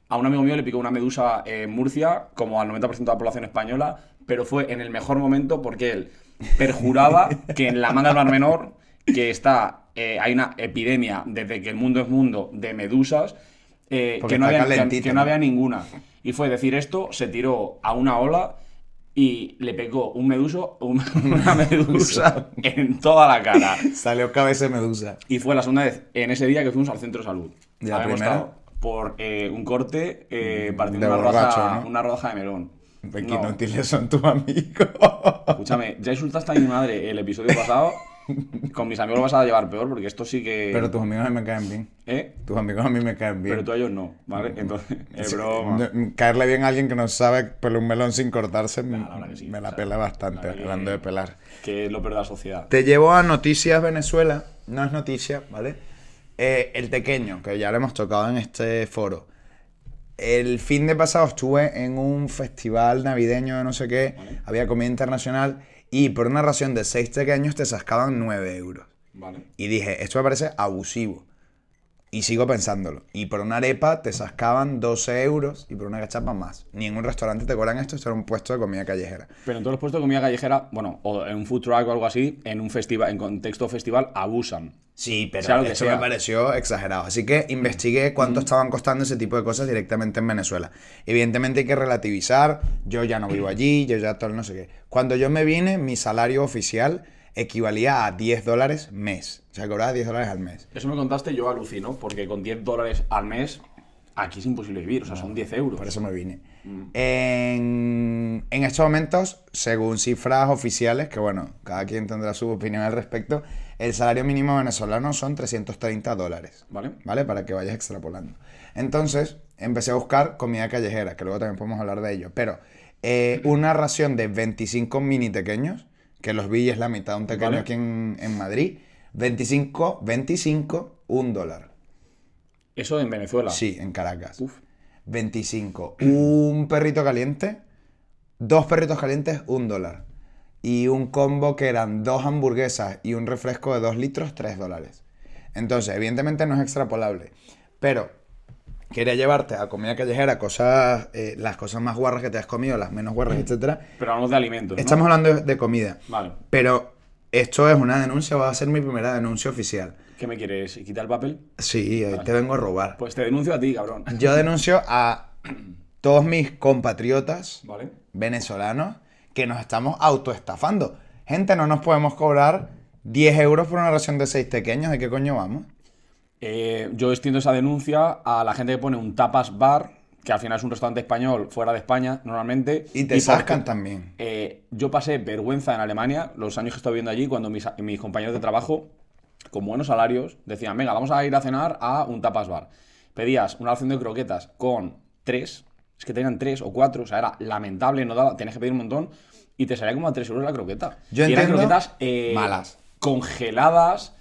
Speaker 3: A un amigo mío le picó una medusa en Murcia, como al 90% de la población española, pero fue en el mejor momento porque él perjuraba que en la manga del Mar Menor, que está, eh, hay una epidemia desde que el mundo es mundo de medusas, eh,
Speaker 2: Porque
Speaker 3: que, no
Speaker 2: está
Speaker 3: había, que-
Speaker 2: calentito,
Speaker 3: que no
Speaker 2: ¿no?
Speaker 3: había ninguna. Y fue decir esto, se tiró a una ola y le pegó un meduso, un- una medusa en toda la cara.
Speaker 2: Salió cabeza de medusa.
Speaker 3: Y fue la segunda vez en ese día que fuimos al centro de salud.
Speaker 2: ¿Y la
Speaker 3: Habíamos
Speaker 2: primera? Mm,
Speaker 3: estado por eh, un corte eh, partiendo
Speaker 2: de
Speaker 3: una, rodaja,
Speaker 2: borracho, ¿no?
Speaker 3: una rodaja de melón.
Speaker 2: Aquí
Speaker 3: No,
Speaker 2: no. Tiles son tus amigos.
Speaker 3: escúchame, ya insultaste a mi madre el episodio pasado. Con mis amigos lo vas a llevar peor porque esto sí que.
Speaker 2: Pero tus amigos a mí me caen bien.
Speaker 3: ¿eh?
Speaker 2: Tus amigos a mí me caen bien.
Speaker 3: Pero tú a ellos no, ¿vale? Entonces, es
Speaker 2: Sí,
Speaker 3: broma.
Speaker 2: no, Caerle bien a alguien que no sabe pelar un melón sin cortarse
Speaker 3: la verdad que sí,
Speaker 2: me
Speaker 3: o
Speaker 2: la
Speaker 3: sea,
Speaker 2: pela bastante,
Speaker 3: la verdad que-
Speaker 2: hablando de pelar.
Speaker 3: Que es lo peor de la sociedad.
Speaker 2: Te llevo a Noticias Venezuela. No es noticia, ¿vale? Eh, el pequeño, que ya lo hemos tocado en este foro. El fin de pasado estuve en un festival navideño de no sé qué. Había comida internacional. Y por una ración de seis pequeños te sascaban 9 euros.
Speaker 3: Vale.
Speaker 2: Y dije, esto me parece abusivo. Y sigo pensándolo. Y por una arepa te sascaban 12 euros y por una cachapa más. Ni en un restaurante te cobran esto, esto era un puesto de comida callejera.
Speaker 3: Pero en todos los puestos de comida callejera, bueno, o en un food truck o algo así, en un festival, en contexto festival, abusan.
Speaker 2: Sí, pero
Speaker 3: Sea lo que
Speaker 2: eso
Speaker 3: sea.
Speaker 2: me pareció exagerado. Así que investigué cuánto estaban costando ese tipo de cosas directamente en Venezuela. Evidentemente hay que relativizar. Yo ya no vivo allí, yo ya tal, no sé qué. Cuando yo me vine, mi salario oficial equivalía a 10 dólares mes. O sea, cobraba 10 dólares al mes.
Speaker 3: Eso me contaste, yo alucino, porque con 10 dólares al mes, aquí es imposible vivir, o sea, son 10 euros.
Speaker 2: Por eso me vine. En, en estos momentos, según cifras oficiales, que bueno, cada quien tendrá su opinión al respecto, el salario mínimo venezolano son 330 dólares.
Speaker 3: ¿Vale?
Speaker 2: ¿Vale? Para que vayas extrapolando. Entonces, empecé a buscar comida callejera, que luego también podemos hablar de ello. Pero eh, una ración de 25 mini pequeños, que los vi y es la mitad de un pequeño
Speaker 3: Vale.
Speaker 2: aquí en, en Madrid, 25, 25, un dólar.
Speaker 3: Eso en Venezuela.
Speaker 2: Sí, en Caracas.
Speaker 3: Uf.
Speaker 2: 25. Un perrito caliente, dos perritos calientes, un dólar. Y un combo que eran dos hamburguesas y un refresco de dos litros, tres dólares. Entonces, evidentemente no es extrapolable. Pero quería llevarte a comida callejera, cosas, eh, las cosas más guarras que te has comido, las menos guarras, etc.
Speaker 3: Pero hablamos de alimentos. ¿no?
Speaker 2: Estamos hablando de- de comida.
Speaker 3: Vale.
Speaker 2: Pero esto es una denuncia, va a ser mi primera denuncia oficial.
Speaker 3: ¿Qué me quieres? ¿Quitar el papel?
Speaker 2: Sí, eh, te vengo a robar.
Speaker 3: Pues te denuncio a ti, cabrón.
Speaker 2: Yo denuncio a todos mis compatriotas
Speaker 3: ¿Vale?
Speaker 2: venezolanos que nos estamos autoestafando. Gente, no nos podemos cobrar 10 euros por una ración de 6 pequeños. ¿De qué coño vamos?
Speaker 3: Eh, yo extiendo esa denuncia a la gente que pone un tapas bar, que al final es un restaurante español fuera de España, normalmente.
Speaker 2: Y te
Speaker 3: por-
Speaker 2: sacan también.
Speaker 3: Eh, yo pasé vergüenza en Alemania los años que estuve viviendo allí cuando mis, mis compañeros de trabajo, con buenos salarios, decían, venga, vamos a ir a cenar a un tapas bar. Pedías una ración de croquetas con tres, es que tenían tres o cuatro, o sea, era lamentable, no daba, tenías que pedir un montón, y te salía como a tres euros la croqueta.
Speaker 2: Yo
Speaker 3: y eran
Speaker 2: entiendo
Speaker 3: croquetas eh,
Speaker 2: malas.
Speaker 3: congeladas,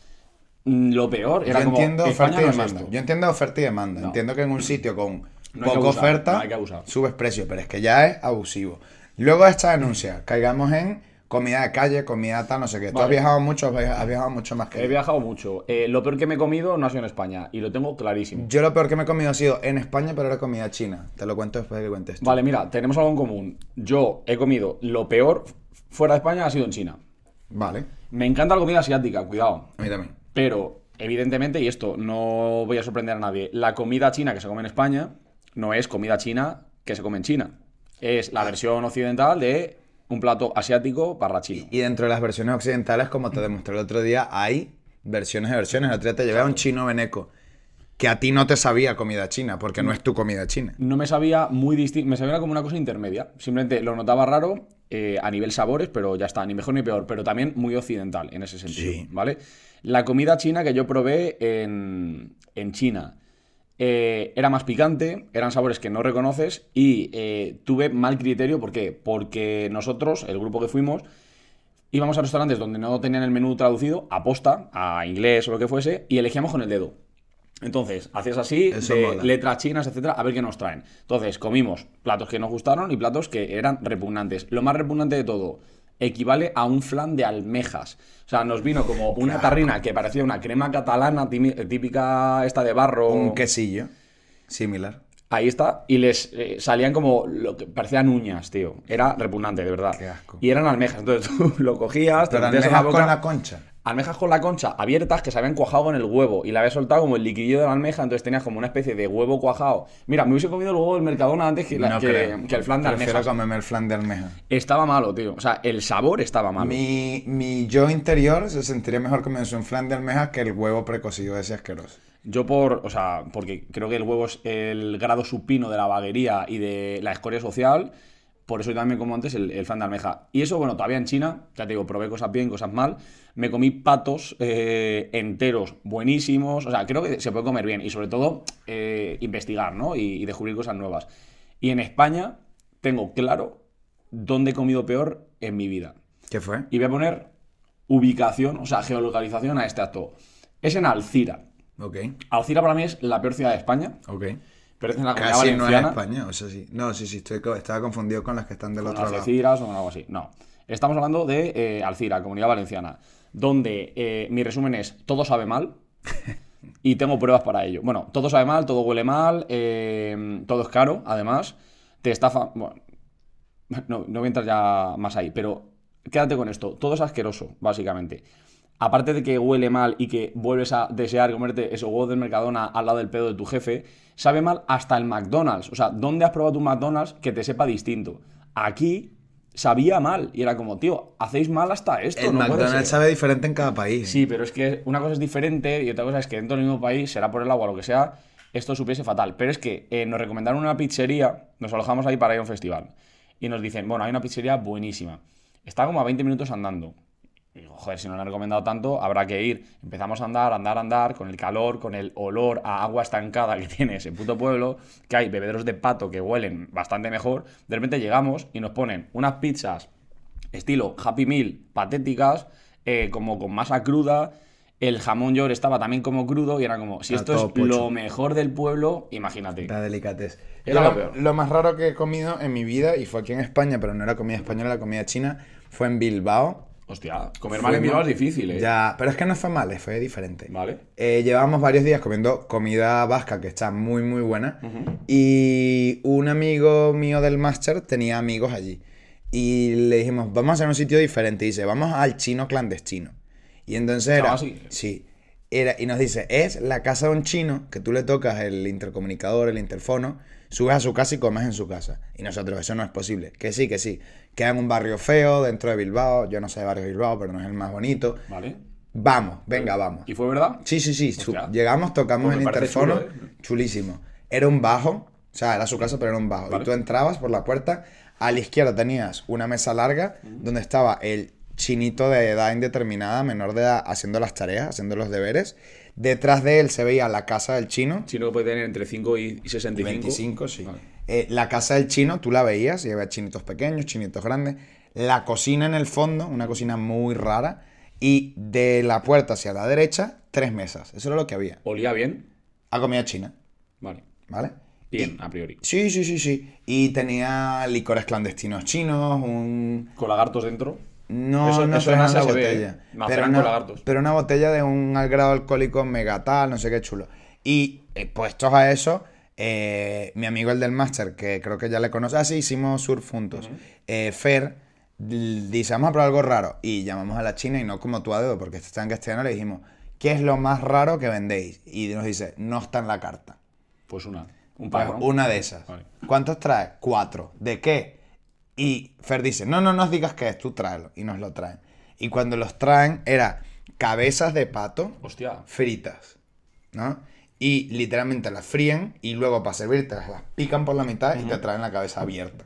Speaker 3: mm, lo peor, era
Speaker 2: Yo
Speaker 3: como,
Speaker 2: entiendo
Speaker 3: España
Speaker 2: oferta y
Speaker 3: no es
Speaker 2: demanda.
Speaker 3: esto.
Speaker 2: Yo entiendo oferta y demanda.
Speaker 3: No.
Speaker 2: Entiendo que en un sitio con
Speaker 3: No hay que
Speaker 2: poca
Speaker 3: abusar,
Speaker 2: oferta,
Speaker 3: no hay que abusar.
Speaker 2: subes precio, pero es que ya es abusivo. Luego de esta denuncia, caigamos en comida de calle, comida tal, no sé qué. Tú
Speaker 3: Vale.
Speaker 2: has viajado mucho, has viajado- has viajado mucho más que
Speaker 3: He
Speaker 2: yo.
Speaker 3: viajado mucho. Eh, lo peor que me he comido no ha sido en España y lo tengo clarísimo.
Speaker 2: Yo lo peor que me he comido ha sido en España, pero era comida china. Te lo cuento después de que cuentes. tú.
Speaker 3: Vale, mira, tenemos algo en común. Yo he comido lo peor fuera de España ha sido en China.
Speaker 2: Vale.
Speaker 3: Me encanta la comida asiática, cuidado.
Speaker 2: A mí también.
Speaker 3: Pero, evidentemente, y esto no voy a sorprender a nadie, la comida china que se come en España no es comida china que se come en China. Es la versión occidental de un plato asiático barra chino.
Speaker 2: Y dentro de las versiones occidentales, como te demostré el otro día, hay versiones de versiones. El otro día te llevé a un chino veneco que a ti no te sabía comida china, porque no es tu comida china.
Speaker 3: No me sabía muy distinto, me sabía como una cosa intermedia. Simplemente lo notaba raro eh, a nivel sabores, pero ya está, ni mejor ni peor, pero también muy occidental en ese sentido,
Speaker 2: Sí.
Speaker 3: ¿vale? La comida china que yo probé en, en China eh, era más picante, eran sabores que no reconoces y eh, tuve mal criterio, ¿por qué? Porque nosotros, el grupo que fuimos, íbamos a restaurantes donde no tenían el menú traducido, a posta, a inglés o lo que fuese, y elegíamos con el dedo. Entonces, hacías así,
Speaker 2: Eso
Speaker 3: de
Speaker 2: mola.
Speaker 3: letras chinas, etcétera, a ver qué nos traen. Entonces, comimos platos que nos gustaron y platos que eran repugnantes. Lo más repugnante de todo, equivale a un flan de almejas. O sea, nos vino como una tarrina que parecía una crema catalana timi- típica esta de barro.
Speaker 2: Un quesillo similar.
Speaker 3: Ahí está. Y les eh, salían como lo que parecían uñas, tío. Era repugnante, de verdad.
Speaker 2: Qué asco.
Speaker 3: Y eran almejas. Entonces tú lo cogías, te
Speaker 2: Pero
Speaker 3: metías en
Speaker 2: almejas
Speaker 3: boca-
Speaker 2: con la concha.
Speaker 3: almejas con la concha abiertas que se habían cuajado con el huevo y la había soltado como el liquidillo de la almeja, entonces tenías como una especie de huevo cuajado. Mira, me hubiese comido el huevo del Mercadona antes que, la-
Speaker 2: No
Speaker 3: que-
Speaker 2: creo.
Speaker 3: que el flan de
Speaker 2: Prefiero
Speaker 3: almejas.
Speaker 2: comerme el flan de almeja.
Speaker 3: Estaba malo, tío. O sea, el sabor estaba malo.
Speaker 2: Mi, mi yo interior se sentiría mejor comiendo un flan de almeja que el huevo precocido ese asqueroso.
Speaker 3: Yo por, o sea, porque creo que el huevo es el grado supino de la vaguería y de la escoria social, por eso yo también como antes el, el flan de almeja. Y eso, bueno, todavía en China, ya te digo, probé cosas bien, cosas mal, me comí patos eh, enteros, buenísimos, o sea, creo que se puede comer bien y sobre todo eh, investigar, ¿no? Y, y descubrir cosas nuevas. Y en España tengo claro dónde he comido peor en mi vida.
Speaker 2: ¿Qué fue?
Speaker 3: Y voy a poner ubicación, o sea, geolocalización a este acto. Es en Alcira.
Speaker 2: Ok,
Speaker 3: Alcira para mí es la peor ciudad de España,
Speaker 2: ok.
Speaker 3: pero es en la comunidad
Speaker 2: Casi no es
Speaker 3: Ah, valenciana.
Speaker 2: España, o sea, sí. No, sí, sí, estoy, co- estaba confundido con las que están del
Speaker 3: con
Speaker 2: otro lado.
Speaker 3: Algeciras o con algo así. No. Estamos hablando de eh, Alcira, comunidad valenciana, donde eh, mi resumen es todo sabe mal y tengo pruebas para ello. Bueno, todo sabe mal, todo huele mal, eh, todo es caro, además. Te estafa. Bueno, no, no voy a entrar ya más ahí, pero quédate con esto. Todo es asqueroso, básicamente. Aparte de que huele mal y que vuelves a desear comerte esos huevos del Mercadona al lado del pedo de tu jefe, sabe mal hasta el McDonald's. O sea, ¿dónde has probado tu McDonald's que te sepa distinto? Aquí sabía mal y era como, tío, hacéis mal hasta esto.
Speaker 2: El
Speaker 3: no puede
Speaker 2: McDonald's
Speaker 3: ser".
Speaker 2: sabe diferente en cada país. ¿eh?
Speaker 3: Sí, pero es que una cosa es diferente y otra cosa es que dentro del mismo país, será por el agua o lo que sea, esto supiese fatal. Pero es que eh, nos recomendaron una pizzería, nos alojamos ahí para ir a un festival. Y nos dicen, bueno, hay una pizzería buenísima. Está como a 20 minutos andando. Y digo, joder, si no la han recomendado tanto, habrá que ir. Empezamos a andar, andar, andar, con el calor, con el olor a agua estancada que tiene ese puto pueblo, que hay bebederos de pato que huelen bastante mejor. De repente llegamos y nos ponen unas pizzas estilo Happy Meal, patéticas, eh, como con masa cruda. El jamón york estaba también como crudo y era como, si
Speaker 2: Era
Speaker 3: esto es
Speaker 2: todo pocho.
Speaker 3: lo mejor del pueblo, imagínate.
Speaker 2: La delicatez.
Speaker 3: Era
Speaker 2: Yo
Speaker 3: lo
Speaker 2: lo,
Speaker 3: peor.
Speaker 2: lo más raro que he comido en mi vida, y fue aquí en España, pero no era comida española, era comida china, fue en Bilbao.
Speaker 3: Hostia, comer mal Pues, en Bilbao es difícil, ¿eh?
Speaker 2: Ya, pero es que no fue mal, fue diferente.
Speaker 3: Vale.
Speaker 2: Eh, llevábamos varios días comiendo comida vasca que está muy, muy buena. Y un amigo mío del máster tenía amigos allí. Y le dijimos, vamos a hacer un sitio diferente. Y dice, vamos al chino clandestino. Y entonces era.
Speaker 3: Ah, sí.
Speaker 2: Sí. Era, y nos dice, es la casa de un chino que tú le tocas el intercomunicador, el interfono, subes a su casa y comes en su casa. Y nosotros, eso no es posible. Que sí, que sí. Queda en un barrio feo, dentro de Bilbao. Yo no sé de barrio de Bilbao, pero no es el más bonito.
Speaker 3: Vale.
Speaker 2: Vamos, venga, vamos.
Speaker 3: ¿Y fue verdad?
Speaker 2: Sí, sí, sí. su-
Speaker 3: Hostia.
Speaker 2: Llegamos, tocamos
Speaker 3: Pues me
Speaker 2: el
Speaker 3: parece
Speaker 2: interfono.
Speaker 3: chulo, ¿eh?
Speaker 2: Chulísimo. Era un bajo. O sea, era su casa, pero era un bajo.
Speaker 3: Vale.
Speaker 2: Y tú entrabas por la puerta. A la izquierda tenías una mesa larga
Speaker 3: Mm.
Speaker 2: donde estaba el chinito de edad indeterminada, menor de edad, haciendo las tareas, haciendo los deberes. Detrás de él se veía la casa del chino.
Speaker 3: Chino que puede tener entre 5 y y 65.
Speaker 2: 25, sí.
Speaker 3: Vale.
Speaker 2: Eh, la casa del chino, tú la veías, y había chinitos pequeños, chinitos grandes. La cocina en el fondo, una cocina muy rara. Y de la puerta hacia la derecha, tres mesas. Eso era lo que había.
Speaker 3: ¿Olía bien?
Speaker 2: A comida china,
Speaker 3: Vale.
Speaker 2: ¿vale?
Speaker 3: Bien, a priori.
Speaker 2: Sí, sí, sí, sí. Y tenía licores clandestinos chinos, un...
Speaker 3: Con lagartos dentro.
Speaker 2: No,
Speaker 3: Eso-
Speaker 2: no
Speaker 3: eso en
Speaker 2: traían
Speaker 3: Asia
Speaker 2: la
Speaker 3: se ve,
Speaker 2: botella.
Speaker 3: maceran
Speaker 2: Pero
Speaker 3: con
Speaker 2: una,
Speaker 3: lagartos.
Speaker 2: pero una botella de un al grado alcohólico mega tal, no sé qué chulo. Y eh, puestos a eso, eh, mi amigo el del máster, que creo que ya le conoce, así hicimos surf juntos. Eh, Fer l- dice, vamos a probar algo raro. Y llamamos a la China y no como tú a dedo, porque está en castellano, le dijimos, ¿qué es lo más raro que vendéis? Y nos dice, no está en la carta.
Speaker 3: Pues una. Un
Speaker 2: Pues
Speaker 3: par, ¿no?
Speaker 2: una de esas.
Speaker 3: Vale.
Speaker 2: ¿Cuántos traes? Cuatro. ¿De qué? Y Fer dice, no, no nos digas qué es, tú tráelo. Y nos lo traen. Y cuando los traen, era cabezas de pato
Speaker 3: Hostia.
Speaker 2: fritas, ¿no? Y literalmente las frían y luego para servirte las las pican por la mitad y te traen la cabeza abierta.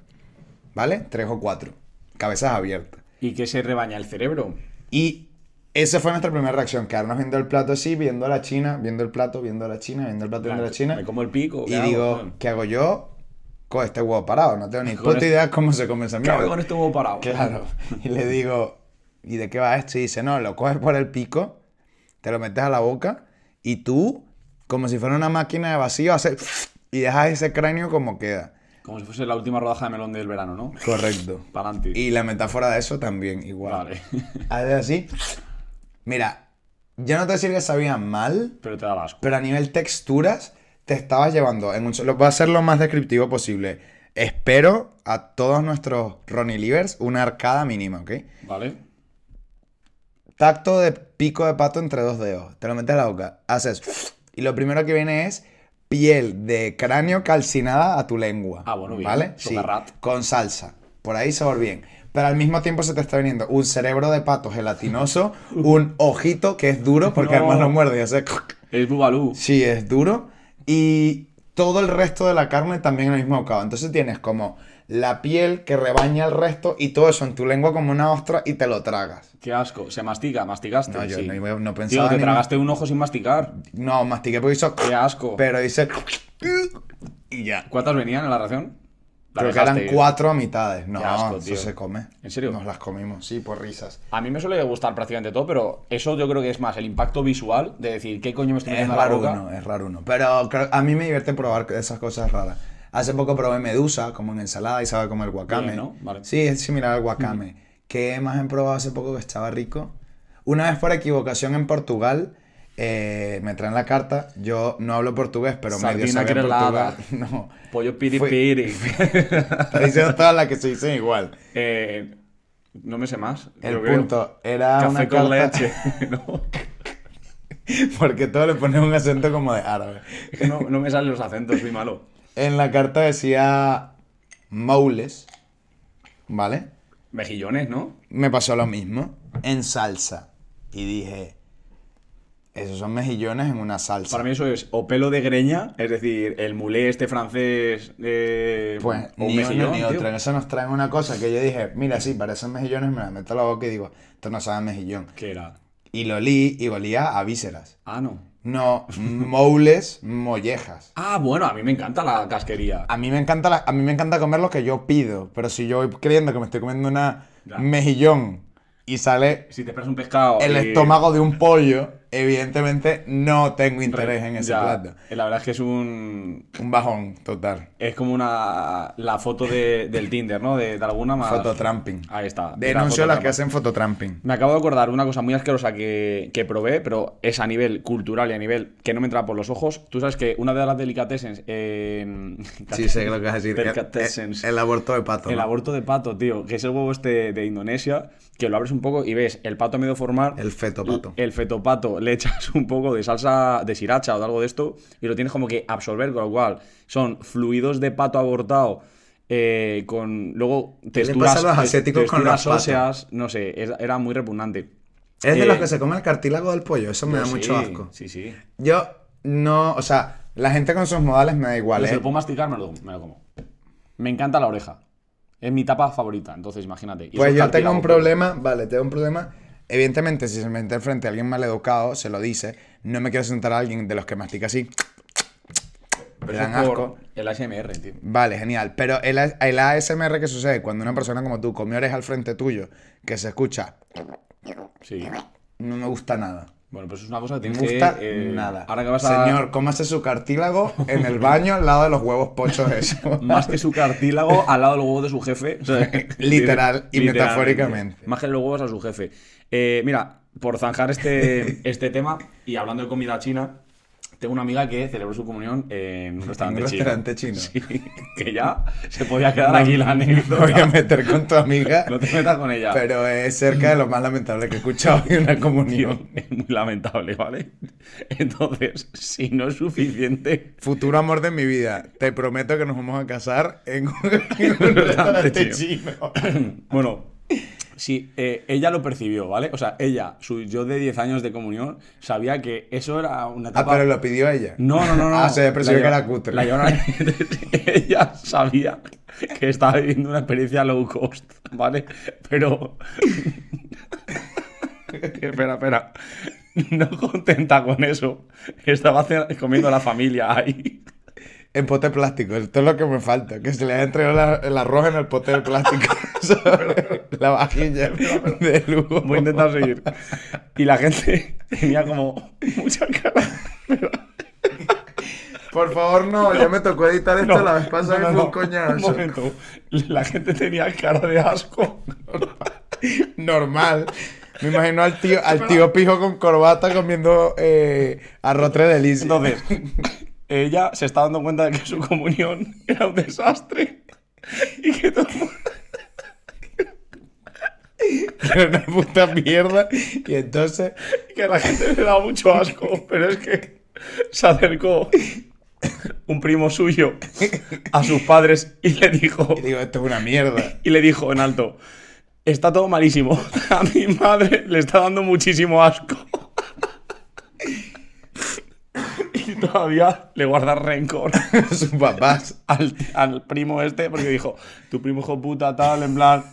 Speaker 2: ¿Vale? Tres o cuatro. Cabezas abiertas.
Speaker 3: ¿Y qué se rebaña el cerebro?
Speaker 2: Y esa fue nuestra primera reacción, quedarnos viendo el plato así, viendo a la China, viendo el plato, viendo a la China, viendo el plato, viendo a la China.
Speaker 3: Me como el pico.
Speaker 2: Y
Speaker 3: ¿qué hago?
Speaker 2: digo,
Speaker 3: Bueno.
Speaker 2: ¿qué hago yo con este huevo parado? No tengo ni
Speaker 3: Con
Speaker 2: puta
Speaker 3: este-
Speaker 2: idea cómo se come esa
Speaker 3: ¿Qué hago
Speaker 2: mierda.
Speaker 3: con este huevo parado?
Speaker 2: Claro. Y le digo, ¿y de qué va esto? Y dice, no, lo coges por el pico, te lo metes a la boca y tú, como si fuera una máquina de vacío, haces y dejas ese cráneo como queda.
Speaker 3: Como si fuese la última rodaja de melón del verano, ¿no?
Speaker 2: Correcto.
Speaker 3: Para adelante.
Speaker 2: Y la metáfora de eso también, igual.
Speaker 3: Vale.
Speaker 2: Haces así. Mira, yo no te voy a decir que sabía mal,
Speaker 3: Pero te da asco.
Speaker 2: pero a nivel texturas te estabas llevando en un solo. Voy a ser lo más descriptivo posible. Espero a todos nuestros Ronnie Livers una arcada mínima, ¿ok?
Speaker 3: ¿Vale?
Speaker 2: Tacto de pico de pato entre dos dedos. Te lo metes a la boca, haces. Y lo primero que viene es piel de cráneo calcinada a tu lengua.
Speaker 3: Ah, bueno, bien.
Speaker 2: ¿Vale?
Speaker 3: Socarrat.
Speaker 2: Con salsa. Por ahí sabor bien. Pero al mismo tiempo se te está viniendo un cerebro de pato gelatinoso, un ojito que es duro porque
Speaker 3: No.
Speaker 2: además lo muerde y hace.
Speaker 3: Es bubalú.
Speaker 2: Sí, es duro. Y todo el resto de la carne también en el mismo bocado. Entonces tienes como la piel que rebaña el resto y todo eso en tu lengua como una ostra y te lo tragas.
Speaker 3: Qué asco. Se mastica, masticaste.
Speaker 2: No, yo
Speaker 3: sí.
Speaker 2: no- no pensaba
Speaker 3: Tío, te
Speaker 2: ni-
Speaker 3: tragaste un ojo sin masticar.
Speaker 2: No, mastiqué porque hizo...
Speaker 3: Qué asco.
Speaker 2: Pero hice... Y ya.
Speaker 3: ¿Cuántas venían en la ración? La
Speaker 2: Creo que eran
Speaker 3: dejaste.
Speaker 2: cuatro a mitades. No,
Speaker 3: Qué asco,
Speaker 2: eso
Speaker 3: tío.
Speaker 2: se come.
Speaker 3: ¿En serio?
Speaker 2: Nos las comimos, sí, por risas.
Speaker 3: A mí me suele gustar prácticamente todo, pero eso yo creo que es más el impacto visual de decir qué coño me estoy
Speaker 2: Es
Speaker 3: metiendo en la
Speaker 2: raro
Speaker 3: boca.
Speaker 2: uno, es raro uno. Pero creo- a mí me divierte probar esas cosas raras. Hace poco probé medusa, como en ensalada, y sabe como el guacame.
Speaker 3: Bien, ¿no? Vale.
Speaker 2: Sí, es similar al guacame. ¿Qué más he probado hace poco que estaba rico? Una vez por equivocación en Portugal, eh, me traen la carta. Yo no hablo portugués, pero medio
Speaker 3: Sardina
Speaker 2: sabía
Speaker 3: grelada.
Speaker 2: portugués. No.
Speaker 3: Pollo piri
Speaker 2: Fue-
Speaker 3: piri.
Speaker 2: Está diciendo todas las que se dicen igual.
Speaker 3: Eh, no me sé más.
Speaker 2: El
Speaker 3: yo creo.
Speaker 2: punto era
Speaker 3: Café
Speaker 2: una
Speaker 3: con
Speaker 2: carta-
Speaker 3: leche. no,
Speaker 2: Porque todo le ponen un acento como de árabe.
Speaker 3: es que no, no me salen los acentos, soy malo.
Speaker 2: En la carta decía Moules, ¿vale?
Speaker 3: Mejillones, ¿no?
Speaker 2: Me pasó lo mismo en salsa. Y dije, esos son mejillones en una salsa.
Speaker 3: Para mí eso es o pelo de greña, es decir, el mulé este francés. eh,
Speaker 2: pues
Speaker 3: o
Speaker 2: ni uno
Speaker 3: mejillón,
Speaker 2: ni
Speaker 3: tío.
Speaker 2: otro. En eso nos traen una cosa que yo dije, mira, sí, parecen mejillones, me la meto a la boca y digo, esto no sabe a mejillón.
Speaker 3: ¿Qué era?
Speaker 2: Y lo olí y olía a vísceras.
Speaker 3: Ah, no.
Speaker 2: No, moules, mollejas.
Speaker 3: Ah, bueno, a mí me encanta la casquería.
Speaker 2: A mí me encanta la- a mí me encanta comer lo que yo pido, pero si yo voy creyendo que me estoy comiendo una
Speaker 3: Ya.
Speaker 2: mejillón y sale
Speaker 3: Si te esperas un pescado.
Speaker 2: el
Speaker 3: y-
Speaker 2: estómago de un pollo, evidentemente no tengo interés en ese
Speaker 3: Ya,
Speaker 2: plato.
Speaker 3: eh, La verdad es que es un.
Speaker 2: Un bajón total.
Speaker 3: Es como una. La foto de- del Tinder, ¿no? De, de alguna más.
Speaker 2: Fototramping.
Speaker 3: Ahí está.
Speaker 2: Denuncio a las que
Speaker 3: hacen
Speaker 2: hacen fototramping.
Speaker 3: Me acabo de acordar una cosa muy asquerosa que, que probé, pero es a nivel cultural y a nivel que no me entra por los ojos. Tú sabes que una de las delicatessens. eh,
Speaker 2: Sí, sé lo que vas a decir. El,
Speaker 3: Delicatessens.
Speaker 2: el aborto de pato.
Speaker 3: El
Speaker 2: ¿no?
Speaker 3: aborto de pato, tío, que es el huevo este de Indonesia, que lo abres un poco y ves el pato a medio formar.
Speaker 2: El feto pato.
Speaker 3: El fetopato, le echas un poco de salsa de sriracha o de algo de esto y lo tienes como que absorber, con lo cual son fluidos de pato abortado eh, con luego
Speaker 2: le
Speaker 3: texturas,
Speaker 2: pasa a
Speaker 3: te-
Speaker 2: los asiáticos con
Speaker 3: texturas
Speaker 2: los patos?
Speaker 3: óseas, no sé, era- era muy repugnante.
Speaker 2: Es de
Speaker 3: Eh,
Speaker 2: los que se come el cartílago del pollo, eso me da
Speaker 3: Pues Sí,
Speaker 2: mucho asco.
Speaker 3: Sí, sí.
Speaker 2: Yo no, o sea, la gente con sus modales me da igual,
Speaker 3: Pero Pues Si
Speaker 2: ¿eh?
Speaker 3: lo puedo masticar, me lo, me lo como. Me encanta la oreja. Es mi tapa favorita, entonces imagínate. Y eso
Speaker 2: Pues
Speaker 3: es
Speaker 2: yo tengo un
Speaker 3: cartílago.
Speaker 2: problema, vale, tengo un problema. Evidentemente, si se me está enfrente a alguien maleducado, se lo dice. No me quiero sentar a alguien de los que mastica así.
Speaker 3: Pero
Speaker 2: Me
Speaker 3: eso
Speaker 2: dan
Speaker 3: es por
Speaker 2: asco.
Speaker 3: El ASMR, tío.
Speaker 2: Vale, genial. Pero el, A- el ASMR que sucede cuando una persona como tú come oreja al frente tuyo, que se escucha,
Speaker 3: Sí.
Speaker 2: no me gusta nada.
Speaker 3: Bueno, pues es una cosa que
Speaker 2: me
Speaker 3: tienes
Speaker 2: gusta
Speaker 3: que. eh,
Speaker 2: nada.
Speaker 3: Ahora que vas a.
Speaker 2: Señor, cómase su cartílago en el baño al lado de los huevos pochos esos.
Speaker 3: Más que su cartílago al lado del huevo de su jefe. O sea,
Speaker 2: Literal y
Speaker 3: literalmente.
Speaker 2: metafóricamente.
Speaker 3: Más que los huevos a su jefe. Eh, mira, por zanjar este, este tema y hablando de comida china, tengo una amiga que celebró su comunión en un restaurante,
Speaker 2: un restaurante chino.
Speaker 3: Sí, que ya se podía quedar aquí la
Speaker 2: Me voy a
Speaker 3: anécdota.
Speaker 2: meter con tu amiga,
Speaker 3: No te metas con ella.
Speaker 2: pero es cerca de lo más lamentable que he escuchado en una
Speaker 3: Tío,
Speaker 2: comunión.
Speaker 3: es muy lamentable, ¿vale? Entonces, si no es suficiente,
Speaker 2: Futuro amor de mi vida, te prometo que nos vamos a casar en un, en un restaurante chino.
Speaker 3: bueno, si eh, ella lo percibió, ¿vale? O sea, ella, su yo de 10 años de comunión, sabía que eso era una
Speaker 2: Ah,
Speaker 3: etapa...
Speaker 2: pero lo pidió ella.
Speaker 3: No, no, no, no.
Speaker 2: Ah, se percibió
Speaker 3: La
Speaker 2: que
Speaker 3: lleva-
Speaker 2: era cutre.
Speaker 3: La llevaron ahí. Entonces, ella sabía que estaba viviendo una experiencia low cost, ¿vale? Pero. espera, espera. No contenta con eso. Estaba ce- comiendo a la familia ahí.
Speaker 2: En pote plástico, esto es lo que me falta, que se le haya entregado la- el arroz en el pote de plástico. ¿sabes? la vajilla de lujo.
Speaker 3: Voy a intentar seguir. Y la gente tenía como mucha cara.
Speaker 2: Por favor, no, ya me tocó editar esto la vez pasada
Speaker 3: no,
Speaker 2: y
Speaker 3: no,
Speaker 2: fue
Speaker 3: Un
Speaker 2: un coñazo.
Speaker 3: momento. La gente tenía cara de asco.
Speaker 2: Normal. Me imagino al tío, al tío pijo con corbata comiendo eh, arroz tres delicias.
Speaker 3: Entonces, ella se está dando cuenta de que su comunión era un desastre y que todo el mundo-
Speaker 2: Era una puta mierda. Y entonces,
Speaker 3: que a la gente le daba mucho asco, pero es que se acercó un primo suyo a sus padres y le dijo
Speaker 2: y digo, esto es una mierda.
Speaker 3: y le dijo en alto, está todo malísimo, a mi madre le está dando muchísimo asco. Y todavía le guarda rencor.
Speaker 2: Sus papás.
Speaker 3: al, al primo este porque dijo, tu primo hijo puta, tal, en plan...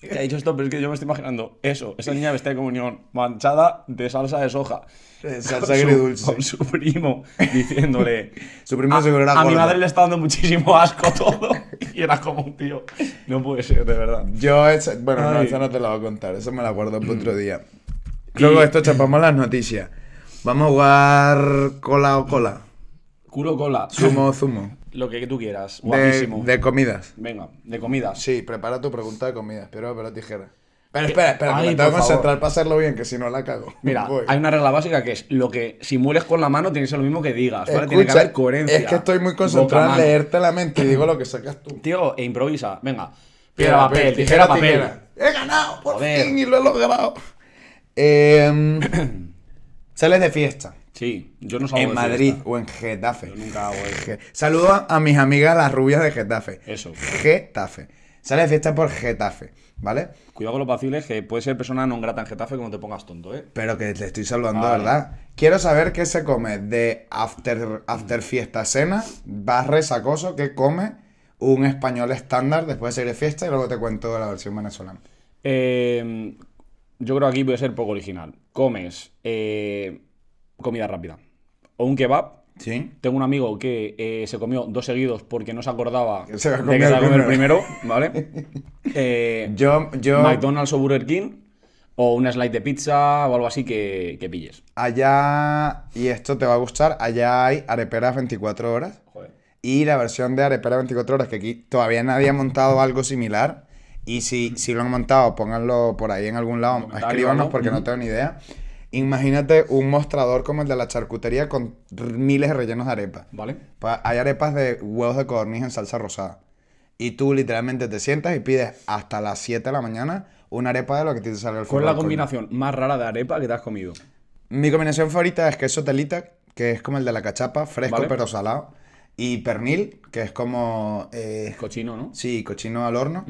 Speaker 3: Que ha dicho esto, pero es que yo me estoy imaginando eso, esa niña vestida de comunión, manchada de salsa de soja.
Speaker 2: eh,
Speaker 3: con
Speaker 2: Salsa
Speaker 3: su-
Speaker 2: agridulce.
Speaker 3: Con su primo, diciéndole...
Speaker 2: Su primo seguro era
Speaker 3: Ah, a mi
Speaker 2: gordo".
Speaker 3: madre le está dando muchísimo asco todo. Y era como un tío. No puede ser, de verdad.
Speaker 2: Yo, esa- bueno, no,
Speaker 3: Ay. Mm.
Speaker 2: esa no te la voy a contar. Eso me la guardo para otro día. Luego de esto chapamos las noticias. Vamos a jugar cola o cola.
Speaker 3: Culo cola.
Speaker 2: Zumo o zumo.
Speaker 3: Lo que tú quieras.
Speaker 2: De,
Speaker 3: Guapísimo.
Speaker 2: de comidas.
Speaker 3: Venga, de comidas.
Speaker 2: Sí, prepara tu pregunta de comidas. Pero, pero tijera. Pero espera, espera, que
Speaker 3: Eh, Ay,
Speaker 2: me tengo que
Speaker 3: por favor.
Speaker 2: concentrar para hacerlo bien, que si no la cago.
Speaker 3: Mira,
Speaker 2: Voy.
Speaker 3: hay una regla básica que es lo que simules con la mano tiene que ser lo mismo que digas. ¿vale? tiene que
Speaker 2: Escucha,
Speaker 3: haber coherencia.
Speaker 2: Es que estoy muy
Speaker 3: Boca a
Speaker 2: concentrado en
Speaker 3: mano.
Speaker 2: leerte la mente y digo lo que sacas tú.
Speaker 3: Tío, e improvisa. Venga. Piedra, papel, tijera, papel.
Speaker 2: He ganado, por
Speaker 3: Joder.
Speaker 2: fin, y lo he logrado. Eh, sales de fiesta.
Speaker 3: Sí, yo no salgo
Speaker 2: En
Speaker 3: de
Speaker 2: Madrid
Speaker 3: fiesta.
Speaker 2: o en Getafe.
Speaker 3: Yo nunca hago eso.
Speaker 2: Je- Saludo a mis amigas las rubias de Getafe.
Speaker 3: Eso.
Speaker 2: Getafe. Sales de fiesta por Getafe, ¿vale?
Speaker 3: Cuidado con los vaciles, que puede ser persona no grata en Getafe como te pongas tonto, ¿eh?
Speaker 2: Pero que te estoy saludando,
Speaker 3: Vale.
Speaker 2: ¿verdad? Quiero saber qué se come de after, after fiesta cena, bar resacoso, qué come un español estándar después de salir de fiesta y luego te cuento de la versión venezolana.
Speaker 3: Eh, yo creo que aquí voy a ser poco original. Comes eh, comida rápida. O un kebab.
Speaker 2: ¿Sí?
Speaker 3: Tengo un amigo que eh, se comió dos seguidos porque no se acordaba
Speaker 2: Que se
Speaker 3: de
Speaker 2: había
Speaker 3: que
Speaker 2: comido
Speaker 3: se había
Speaker 2: el
Speaker 3: comido el primero, ¿vale? Eh,
Speaker 2: Yo, yo
Speaker 3: McDonald's o Burger King. O una slide de pizza o algo así que, que pilles.
Speaker 2: allá, y esto te va a gustar, allá hay areperas 24 horas
Speaker 3: Joder.
Speaker 2: y la versión de arepera 24 horas, que aquí todavía nadie ha montado algo similar. Y si, si lo han montado, pónganlo por ahí en algún lado,
Speaker 3: comentario,
Speaker 2: escríbanos
Speaker 3: algo.
Speaker 2: porque no
Speaker 3: Ujú.
Speaker 2: tengo ni idea. Imagínate un mostrador como el de la charcutería con r- miles de rellenos de arepas.
Speaker 3: ¿Vale?
Speaker 2: Pa- Hay arepas de huevos de codorniz en salsa rosada. Y tú literalmente te sientas y pides hasta las 7 de la mañana una arepa de lo que te sale el
Speaker 3: ¿Cuál es la
Speaker 2: forro del coño.
Speaker 3: combinación más rara de arepa que te has comido?
Speaker 2: Mi combinación favorita es queso telita, que es como el de la cachapa, fresco
Speaker 3: Vale.
Speaker 2: pero salado. Y pernil, que es como... eh,
Speaker 3: Cochino, ¿no?
Speaker 2: Sí, cochino al horno.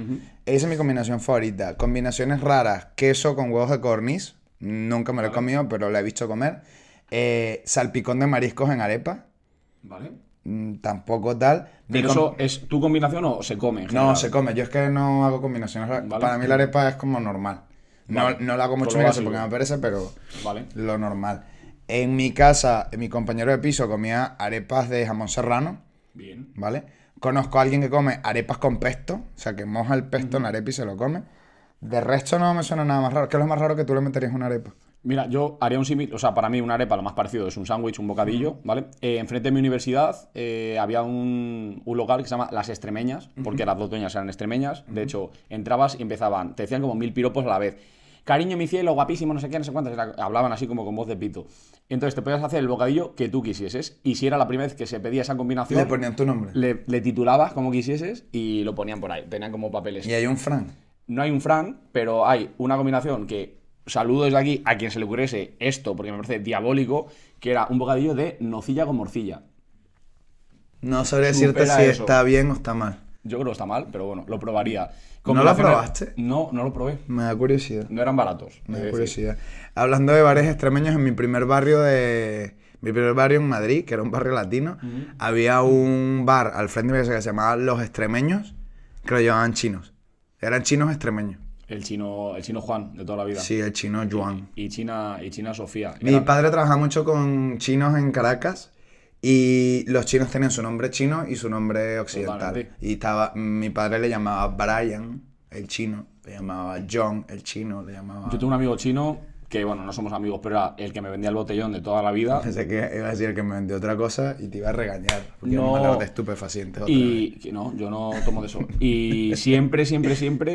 Speaker 2: Esa es mi combinación favorita. Combinaciones raras, queso con huevos de corniz. Nunca me lo he comido, pero lo he visto comer. Eh, salpicón de mariscos en arepa.
Speaker 3: Vale.
Speaker 2: Mm, Tampoco tal. Mi
Speaker 3: Pero
Speaker 2: com-
Speaker 3: eso es tu combinación o se come? en
Speaker 2: No,
Speaker 3: general?
Speaker 2: se come. Yo es que no hago combinaciones raras.
Speaker 3: Vale.
Speaker 2: Para mí la arepa es como normal. No,
Speaker 3: Vale.
Speaker 2: no la hago
Speaker 3: Por
Speaker 2: mucho
Speaker 3: lo
Speaker 2: en casa
Speaker 3: básico.
Speaker 2: porque me parece, pero
Speaker 3: Vale.
Speaker 2: lo normal. En mi casa, mi compañero de piso comía arepas de jamón serrano.
Speaker 3: Bien.
Speaker 2: ¿vale? Conozco a alguien que come arepas con pesto, o sea, que moja el pesto en la arepa y se lo come. De resto no me suena nada más raro. ¿Qué es lo más raro que tú le meterías a una arepa?
Speaker 3: Mira, yo haría un símil, o sea, para mí una arepa lo más parecido es un sándwich, un bocadillo, ¿vale? Eh, enfrente de mi universidad eh, había un, un local que se llama Las Extremeñas, porque las dos dueñas eran extremeñas. De hecho, entrabas y empezaban, te decían como mil piropos a la vez. Cariño, mi cielo, guapísimo, no sé qué, no sé cuántas. era- Hablaban así como con voz de pito. Entonces te podías hacer el bocadillo que tú quisieses. Y si era la primera vez que se pedía esa combinación,
Speaker 2: Le ponían tu nombre.
Speaker 3: le, le titulabas como quisieses y lo ponían por ahí. Tenían como papeles.
Speaker 2: Y hay un Fran.
Speaker 3: No hay un Fran, pero hay una combinación que saludo desde aquí a quien se le ocurriese esto, porque me parece diabólico, que era un bocadillo de nocilla con morcilla.
Speaker 2: No sabría decirte
Speaker 3: Supera
Speaker 2: si
Speaker 3: eso.
Speaker 2: está bien o está mal.
Speaker 3: Yo creo que está mal, pero bueno, lo probaría.
Speaker 2: ¿No lo probaste? pues
Speaker 3: No, no lo probé.
Speaker 2: Me da curiosidad.
Speaker 3: No eran baratos.
Speaker 2: Me
Speaker 3: es
Speaker 2: da
Speaker 3: decir.
Speaker 2: curiosidad. Hablando de bares extremeños, en mi primer barrio de. Mi primer barrio en Madrid, que era un barrio latino, había un bar al frente de mi casa que se llamaba Los Extremeños, que lo llevaban chinos. Eran chinos extremeños.
Speaker 3: El chino, el chino Juan, de toda la vida.
Speaker 2: Sí, el chino Yuan.
Speaker 3: Y China, y China Sofía.
Speaker 2: Mi
Speaker 3: Era-
Speaker 2: padre trabajaba mucho con chinos en Caracas y los chinos tenían su nombre chino y su nombre occidental.
Speaker 3: Totalmente.
Speaker 2: Y estaba, mi padre le llamaba Brian, el chino, le llamaba John, el chino, le llamaba...
Speaker 3: Yo tengo un amigo chino que, bueno, no somos amigos, pero era el que me vendía el botellón de toda la vida.
Speaker 2: Pensé que iba a decir que me vendió otra cosa y te iba a regañar. Porque
Speaker 3: No.
Speaker 2: vamos a hablar de estupefacientes. otra vez.
Speaker 3: Y que no, yo no tomo de eso. Y siempre, siempre, siempre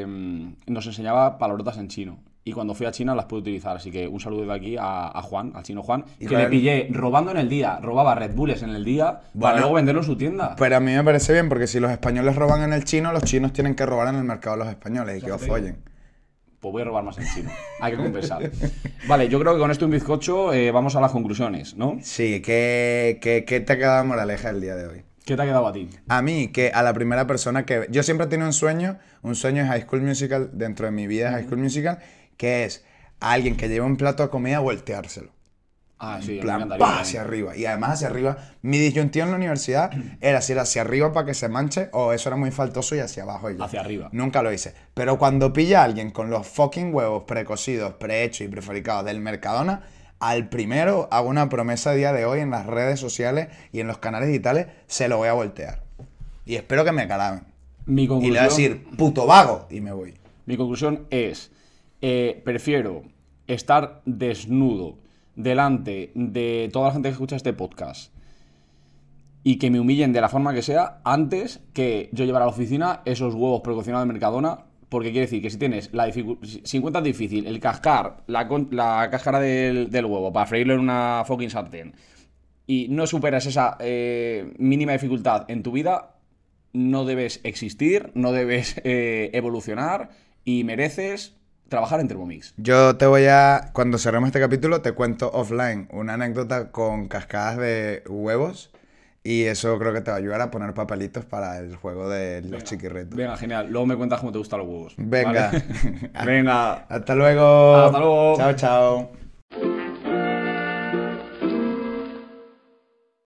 Speaker 3: eh, nos enseñaba palabrotas en chino. Y cuando fui a China las pude utilizar. Así que un saludo de aquí a, a Juan, al chino Juan, que
Speaker 2: Israel.
Speaker 3: le pillé robando en el día. Robaba Red Bulls en el día
Speaker 2: Bueno. Pues
Speaker 3: para luego venderlo en su tienda.
Speaker 2: Pero a mí me parece bien porque si los españoles roban en el chino, los chinos tienen que robar en el mercado a los españoles y que os follen.
Speaker 3: Pues voy a robar más en chino. Hay que compensar. Vale, yo creo que con esto un bizcocho eh, vamos a las conclusiones, ¿no?
Speaker 2: Sí, ¿qué, qué, qué te ha quedado de moraleja el día de hoy?
Speaker 3: ¿Qué te ha quedado a ti?
Speaker 2: A mí, que a la primera persona que... Yo siempre he tenido un sueño, un sueño de High School Musical, dentro de mi vida de High School Musical, que es a alguien que lleva un plato de comida volteárselo.
Speaker 3: Ah, sí,
Speaker 2: plan,
Speaker 3: me encantaría.
Speaker 2: ¡pa! hacia arriba. Y además hacia arriba, mi disyuntiva en la universidad era si era hacia arriba para que se manche o eso era muy faltoso y hacia abajo. y ya.
Speaker 3: Hacia arriba.
Speaker 2: Nunca lo hice. Pero cuando pilla a alguien con los fucking huevos precocidos, prehechos y prefabricados del Mercadona, al primero hago una promesa a día de hoy en las redes sociales y en los canales digitales, se lo voy a voltear. Y espero que me calamen.
Speaker 3: Mi
Speaker 2: Y
Speaker 3: conclusión...
Speaker 2: le voy a decir, puto vago, y me voy.
Speaker 3: Mi conclusión es, eh, prefiero estar desnudo delante de toda la gente que escucha este podcast y que me humillen de la forma que sea antes que yo llevar a la oficina esos huevos precocinados de Mercadona. Porque quiere decir que si tienes la dificultad, si encuentras difícil el cascar, la, con- la cáscara del, del huevo para freírlo en una fucking sartén y no superas esa eh, mínima dificultad en tu vida, no debes existir, no debes eh, evolucionar y mereces trabajar en Thermomix.
Speaker 2: Yo te voy a, cuando cerremos este capítulo, te cuento offline una anécdota con cascadas de huevos y eso creo que te va a ayudar a poner papelitos para el juego de los chiquirretos.
Speaker 3: Venga, genial. Luego me cuentas cómo te gustan los huevos.
Speaker 2: Venga.
Speaker 3: ¿vale? Venga.
Speaker 2: Hasta luego.
Speaker 3: Hasta luego.
Speaker 2: Chao, chao.